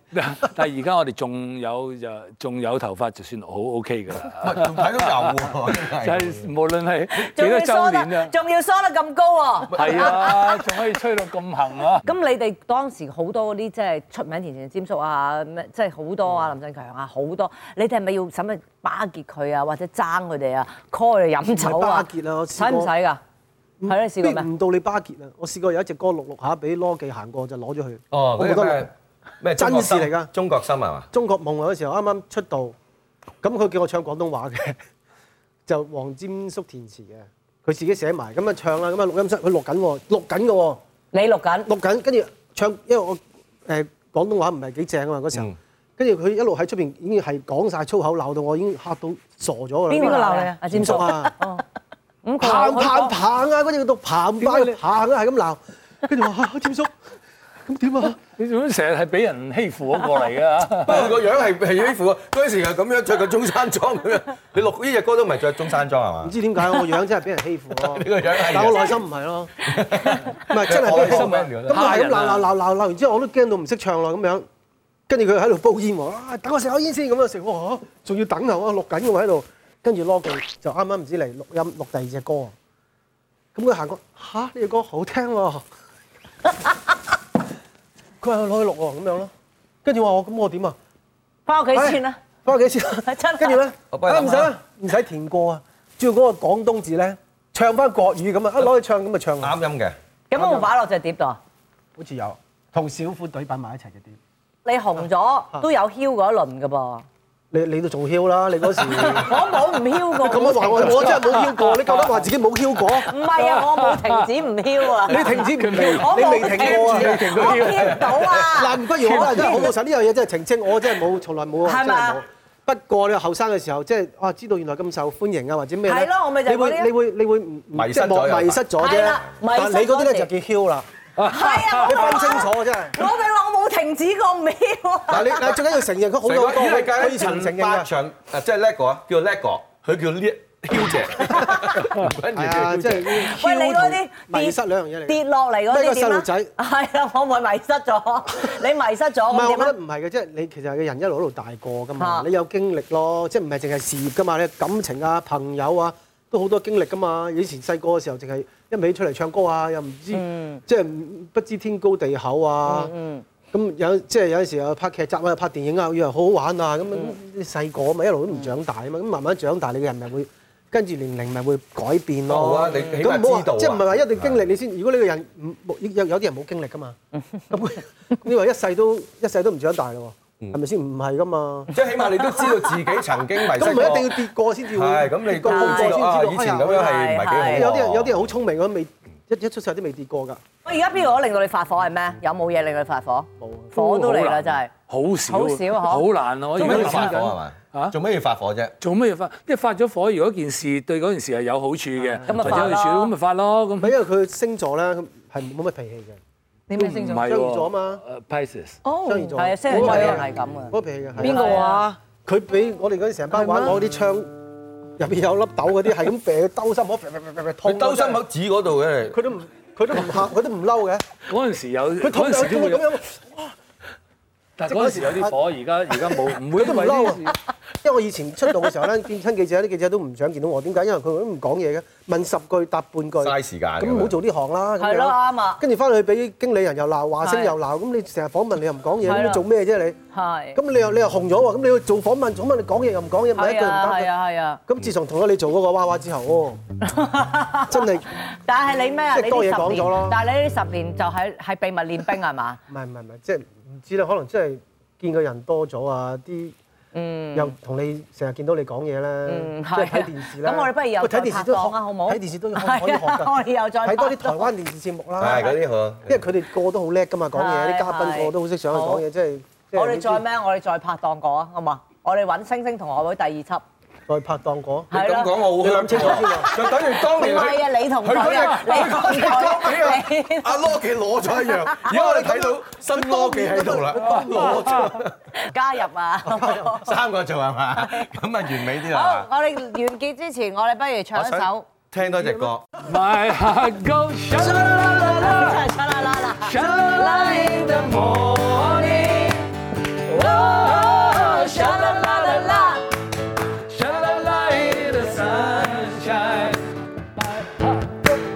Speaker 2: 但係而家我哋仲有就仲有頭髮就算好 OK 㗎啦。
Speaker 4: 喂仲睇到有喎，
Speaker 2: 就
Speaker 4: 真係
Speaker 2: 係無論係 幾
Speaker 1: 仲
Speaker 2: 多
Speaker 1: 要梳
Speaker 2: 周年啊
Speaker 1: 得，仲要梳得咁高喎！
Speaker 2: 係啊，仲可以吹到咁行
Speaker 3: 嗯
Speaker 2: 啊！
Speaker 1: 咁你哋當時好多嗰啲即係出名田徑詹叔啊，咩即係好多
Speaker 3: 嗯
Speaker 1: 啊，林振強啊，好多，你哋係咪要使乜巴結佢啊，或者爭佢哋啊，call 佢哋飲酒啊？
Speaker 3: 唔係巴結啊我試
Speaker 1: 使
Speaker 3: 過
Speaker 1: 唔
Speaker 3: 嗯
Speaker 1: 使㗎？係咯，你試過咩？
Speaker 3: 唔到你巴結啊！我試過有一隻歌錄錄下，俾羅記行過就攞咗佢。
Speaker 4: 哦，
Speaker 3: 我
Speaker 4: 嗰
Speaker 3: 覺
Speaker 4: 個
Speaker 3: 得
Speaker 4: 咩咩
Speaker 3: 真
Speaker 4: 中國心
Speaker 3: 事嚟㗎
Speaker 4: 中國心係嘛？
Speaker 3: 啊中國夢啊嗰時候啱啱出道，咁佢叫我唱廣東話嘅， 就黃沾叔填詞嘅，佢自己寫埋，咁啊唱啦，咁啊錄音室佢錄緊喎，錄緊嘅喎，
Speaker 1: 你錄緊
Speaker 3: 錄緊，跟住唱，因為我誒、呃、廣東話唔係幾正啊嘛嗰時候
Speaker 4: 嗯，
Speaker 3: 跟住佢一路喺出邊已經係講晒粗口，鬧到我已經嚇到傻咗㗎啦。
Speaker 1: 邊個
Speaker 5: 個
Speaker 1: 鬧
Speaker 5: 鬧
Speaker 1: 你
Speaker 5: 你
Speaker 1: 啊
Speaker 5: 啊？
Speaker 1: 阿詹
Speaker 3: 詹叔
Speaker 1: 叔，
Speaker 3: 啊？
Speaker 1: 咁
Speaker 3: 棒棒
Speaker 1: 佢
Speaker 3: 棒啊！嗰啲叫到棒棒棒啊，係咁鬧，跟住我話啊，詹叔，咁點 啊？
Speaker 2: 你做咩成日係俾人欺負嗰個嚟㗎？
Speaker 4: 不過佢個樣係係呢副啊，嗰陣時係咁樣着個中山裝咁 樣，你錄呢只歌都唔係着中山裝係
Speaker 3: 唔
Speaker 4: 嘛？
Speaker 3: 知點解我樣真係俾人欺負 咯。
Speaker 4: 呢個樣係
Speaker 3: 但我內心唔 係咯，唔係真係俾
Speaker 2: 啊
Speaker 3: 人欺負
Speaker 4: 呃
Speaker 3: 咁我係咁鬧鬧鬧鬧鬧完之後，我都驚到唔識唱啦咁樣。跟住佢喺度煲煙喎，啊等我食口煙先咁樣食，哇仲要等啊，我錄緊嘅喎喺度。跟住 Logie 就啱啱唔知嚟錄音錄第二隻歌啊。咁佢行過吓，呢隻歌好聽喎， 佢話攞去錄喎咁樣咯。跟住我話我咁我點啊？
Speaker 1: 翻屋企先啦。
Speaker 3: 翻屋企先啦
Speaker 1: 真係
Speaker 3: 跟住咧，
Speaker 4: 我幫你諗下
Speaker 3: 啊唔使啦，唔使填過啊，只要嗰個廣東字咧，唱翻國語咁啊，一攞去唱咁就唱啊，
Speaker 4: 啱音嘅。
Speaker 1: 咁有冇擺落隻碟度啊？
Speaker 3: 好似有同小虎隊擺埋一齊嘅啲，
Speaker 1: 你紅
Speaker 3: 啊
Speaker 1: 咗都有囂嗰一輪㗎噃，
Speaker 3: 你你都仲 囂啦，你嗰時咁
Speaker 1: 我冇唔囂過。
Speaker 3: 我話我我真係冇囂過，你夠膽話自己冇囂 過？
Speaker 1: 唔係啊，我冇停止唔囂啊。
Speaker 3: 你停止唔
Speaker 1: 我
Speaker 3: 囂，
Speaker 1: 冇
Speaker 3: 你未停 過啊！
Speaker 1: 停止我 hit 到 啊！
Speaker 3: 嗱，不如我真係真係好老實，呢樣嘢真係澄清，我真係冇，從來冇，
Speaker 1: 係
Speaker 3: 真
Speaker 1: 咪
Speaker 3: 係
Speaker 1: 啊
Speaker 3: 冇。不過你後生嘅時候，即係啊，知道原來咁受歡迎啊，或者咩咧
Speaker 1: 係咯我咪就係
Speaker 3: 你會
Speaker 1: 嗰啲啊
Speaker 3: 你會你會唔
Speaker 4: 迷失咗
Speaker 3: 即係
Speaker 4: 又係
Speaker 3: 迷失咗
Speaker 1: 係
Speaker 3: 啫
Speaker 1: 啦。迷失
Speaker 3: 但你嗰啲咧
Speaker 1: 嗰
Speaker 3: 就
Speaker 1: 時
Speaker 3: 叫囂啦，
Speaker 1: 係啊，
Speaker 3: 你
Speaker 1: 我
Speaker 3: 分
Speaker 1: 咪
Speaker 3: 清
Speaker 1: 話
Speaker 3: 楚真係。
Speaker 1: 我咪話我冇停止過唔囂啊！
Speaker 3: 嗱，你嗱最緊要承認佢好
Speaker 4: 成
Speaker 3: 有
Speaker 4: 個
Speaker 3: 好多
Speaker 4: 演藝
Speaker 3: 可
Speaker 4: 界
Speaker 3: 以
Speaker 4: 咧，
Speaker 3: 承承
Speaker 4: 陳
Speaker 3: 認啊
Speaker 4: 百
Speaker 3: 嘅。
Speaker 4: 祥誒，即係叻哥啊，叫叻哥，佢叫叻囂 姐，跟
Speaker 3: 係啊，
Speaker 4: 住
Speaker 3: 即
Speaker 4: 叫囂姐。
Speaker 3: 係呢啲
Speaker 1: 喂，你嗰啲
Speaker 3: 同迷失兩樣嘢嚟。
Speaker 1: 跌落嚟嗰啲點
Speaker 3: 咩個細
Speaker 1: 啊
Speaker 3: 路仔
Speaker 1: 係啊，我 咪迷失咗， 你迷失咗
Speaker 3: 唔
Speaker 1: 咁
Speaker 3: 係，我
Speaker 1: 點
Speaker 3: 覺
Speaker 1: 啊
Speaker 3: 得？唔係嘅，即係你其實個人一路一路大個噶嘛，
Speaker 1: 嚇
Speaker 3: 你有經歷咯，即係唔係淨係事業噶嘛，你感情啊、朋友啊，都好多經歷噶嘛。以前細個嘅時候，淨係一味出嚟唱歌啊，又唔知
Speaker 1: 嗯
Speaker 3: 即係唔不知天高地厚啊。咁有即係有陣時又拍劇集啊、拍電影啊，以為好好玩啊咁樣。
Speaker 4: 嗯
Speaker 3: 你細個啊嘛，一路都唔長大啊嘛，咁慢慢長大，你嘅人咪會跟住年齡咪會改變咯。
Speaker 4: 好啊你起碼
Speaker 3: 咁唔好話
Speaker 4: 知道啊
Speaker 3: 即係唔係話一定經歷你先。如果你個人唔冇有有啲人冇經歷 噶嘛，咁你話一世都一世都唔長大咯
Speaker 4: 嗯
Speaker 3: 喎，係咪先？唔係噶嘛，
Speaker 4: 即係起碼你都知道自己曾經迷失
Speaker 3: 咁唔
Speaker 4: 過
Speaker 3: 係一定要。跌過先至會。
Speaker 4: 係咁，你
Speaker 3: 跌過
Speaker 4: 都
Speaker 3: 先
Speaker 4: 知
Speaker 3: 知
Speaker 4: 道啊，
Speaker 3: 道。哎
Speaker 4: 以前咁樣哦嗯係唔係
Speaker 1: 係
Speaker 4: 幾好啊
Speaker 3: 有
Speaker 4: 喎
Speaker 3: 啲人有啲人好聰明，咁未一一出世都未跌過㗎。
Speaker 1: 我而家邊度令到你發火係咩？有冇嘢令你發火？
Speaker 3: 冇啊
Speaker 1: 火都嚟啦，真係。
Speaker 2: 好少，
Speaker 1: 好少啊嗬
Speaker 2: 好難啊咯。我而家
Speaker 4: 要發
Speaker 2: 諗
Speaker 4: 火係
Speaker 2: 緊
Speaker 4: 嘛？
Speaker 2: 啊
Speaker 4: 做咩要發火啫？
Speaker 2: 做咩發？因為發咗火，如果件事對嗰件事係有好處嘅，
Speaker 1: 咁咪
Speaker 2: 或
Speaker 1: 發
Speaker 2: 者有處
Speaker 1: 咯
Speaker 2: 咁咪發咯。咁
Speaker 3: 唔係因為佢星座咧，係冇乜脾氣嘅，
Speaker 1: 你咩星
Speaker 2: 唔
Speaker 1: 座？
Speaker 2: 係
Speaker 3: 雙魚座
Speaker 2: 喎。
Speaker 3: 啊嘛，
Speaker 2: 誒 Pisces，
Speaker 1: 哦
Speaker 3: 雙魚座
Speaker 1: 係啊，星座
Speaker 3: 冇
Speaker 1: 人
Speaker 3: 人
Speaker 1: 係咁嘅。
Speaker 3: 冇乜脾氣嘅。係啊
Speaker 5: 邊個話？
Speaker 3: 佢俾我哋嗰陣成班玩攞啲槍，入邊有粒豆嗰啲，係咁射兜心口，
Speaker 4: 你
Speaker 3: 痛。
Speaker 4: 兜心口，指嗰度嘅，
Speaker 3: 佢都唔佢都唔嚇，佢都唔嬲嘅。
Speaker 2: 嗰陣時有，
Speaker 3: 佢痛
Speaker 2: 嗰陣
Speaker 3: 到
Speaker 2: 時都會
Speaker 3: 咁
Speaker 2: 有，
Speaker 3: 樣，
Speaker 2: 但係嗰陣時有啲火，而家而家冇，唔會因
Speaker 3: 佢都唔
Speaker 2: 為呢
Speaker 3: 嬲
Speaker 2: 啲
Speaker 3: 啊
Speaker 2: 事。
Speaker 3: 因為我以前出道嘅時候咧，見親記者，啲記者都唔想見到我。點解？因為佢都唔講嘢嘅，問十句答半句。
Speaker 4: 嘥時間咁
Speaker 3: 咁唔好
Speaker 4: 樣
Speaker 3: 做呢行啦。咁樣
Speaker 1: 係咯啱啊
Speaker 3: 跟住翻去俾經理人又鬧，華星
Speaker 1: 係
Speaker 3: 又鬧，咁你成日訪問你又唔講
Speaker 1: 係
Speaker 3: 嘢，咁
Speaker 1: 啦
Speaker 3: 你做咩啫你？
Speaker 1: 係。
Speaker 3: 咁你又你又紅咗喎，咁你要做訪問，訪問你講嘢又唔講嘢，咪一句
Speaker 1: 係
Speaker 3: 唔
Speaker 1: 啊，
Speaker 3: 得
Speaker 1: 係
Speaker 3: 嘅。
Speaker 1: 啊，係啊。
Speaker 3: 咁自從同咗你做嗰個娃娃之後， 哦，真係
Speaker 1: 但係你咩啊？
Speaker 3: 即係
Speaker 1: 你呢
Speaker 3: 多嘢
Speaker 1: 十
Speaker 3: 講
Speaker 1: 年
Speaker 3: 咗咯，
Speaker 1: 但係你呢十年就係係秘密練兵係嘛？
Speaker 3: 唔係唔係唔係，即係唔知啦，可能真係見嘅人多咗啊，啲又同你成日見到你講嘢
Speaker 1: 嗯
Speaker 3: 咧，即
Speaker 1: 係啊
Speaker 3: 係睇電視啦。
Speaker 1: 咁我哋不如又
Speaker 3: 喂睇
Speaker 1: 再
Speaker 3: 電視
Speaker 1: 拍
Speaker 3: 都學
Speaker 1: 檔啊好唔好
Speaker 3: 睇電視都 可
Speaker 1: 係啊
Speaker 3: 可以學㗎，
Speaker 1: 我哋又再
Speaker 3: 睇多啲
Speaker 1: 拍
Speaker 3: 台灣電視節目啦。
Speaker 4: 係嗰啲好。
Speaker 3: 因為佢哋個個都好叻㗎嘛，講嘢啲
Speaker 1: 係
Speaker 3: 嘉賓個個都好識上去
Speaker 1: 好
Speaker 3: 講嘢，即係 即係
Speaker 1: 我哋
Speaker 3: 呢啲
Speaker 1: 再咩？我哋再拍檔過啊，好嘛？我哋揾星星同學會第二輯。
Speaker 3: 再拍檔過。
Speaker 4: 你咁講我好
Speaker 3: 你諗清楚先啊
Speaker 4: 就等於當
Speaker 1: 唔
Speaker 4: 年
Speaker 1: 係啊，你同佢啊，你
Speaker 4: 佢
Speaker 1: 同
Speaker 4: 嗰隻
Speaker 1: 佢
Speaker 4: 俾阿阿羅記攞咗一樣，而家我哋睇到新羅記喺度啦，攞咗
Speaker 1: 你加入啊！
Speaker 4: 三個做係嘛？咁啊完美啲
Speaker 1: 好
Speaker 4: 啦，
Speaker 1: 我哋完結之前，我哋不如唱一首。
Speaker 4: 聽多隻歌。
Speaker 2: My heart goes sha la la la la,
Speaker 1: 唱啦啦啦！
Speaker 2: sha la la in the morning. Oh, sha la la la la, sha la la in the sunshine.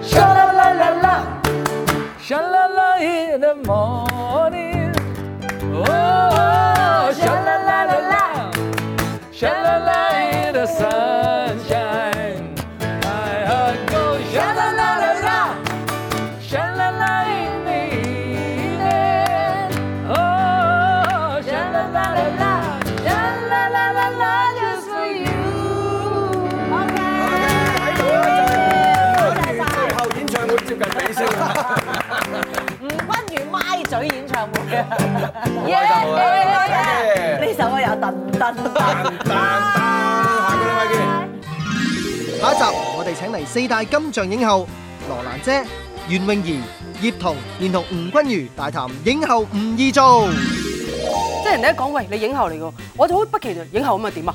Speaker 2: Sha la la la la, sha la la in the morning. Oh, sha la la la la, sha la la in the sunshine. My heart goes sha la la la la. Sha la la in the evening. Oh, sha la la la la. Sha la la la la just for you.
Speaker 4: 喺度啦，就係最後演唱會接近尾聲啦。
Speaker 1: 吳君如咪嘴演唱會啊！
Speaker 4: 開心啊
Speaker 1: 呢首歌有噔噔 噔。
Speaker 4: 噔噔下個禮拜見。
Speaker 6: 下一集我哋請嚟四大金像影后羅蘭姐、袁詠儀、葉童，連同吳君如大談影后唔易做。
Speaker 10: 即係人哋一講，喂，你影后嚟㗎，我就好不期然影后咁啊點啊？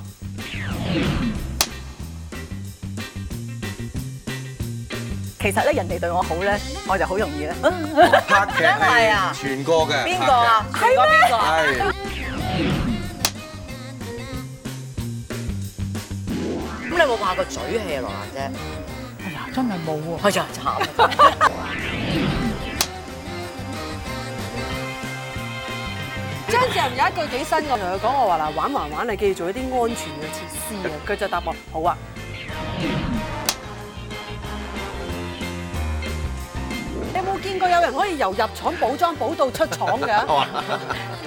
Speaker 1: 其實咧，人哋對我好咧，我就好容易咧。
Speaker 4: 拍劇
Speaker 1: 係啊
Speaker 4: 係全個嘅。
Speaker 1: 邊個啊？係邊個啊？
Speaker 4: 拍劇？係。
Speaker 1: 咁你有冇話個嘴戲啊，羅蘭姐？哎呀，真係冇喎！哎呀，慘！
Speaker 10: 張智霖有一句幾新嘅，我同佢講我話嗱，玩還玩，你記住做一啲安全嘅設施啊。佢就答我好啊。你有冇見過有人可以由入廠補妝補到出廠嘅？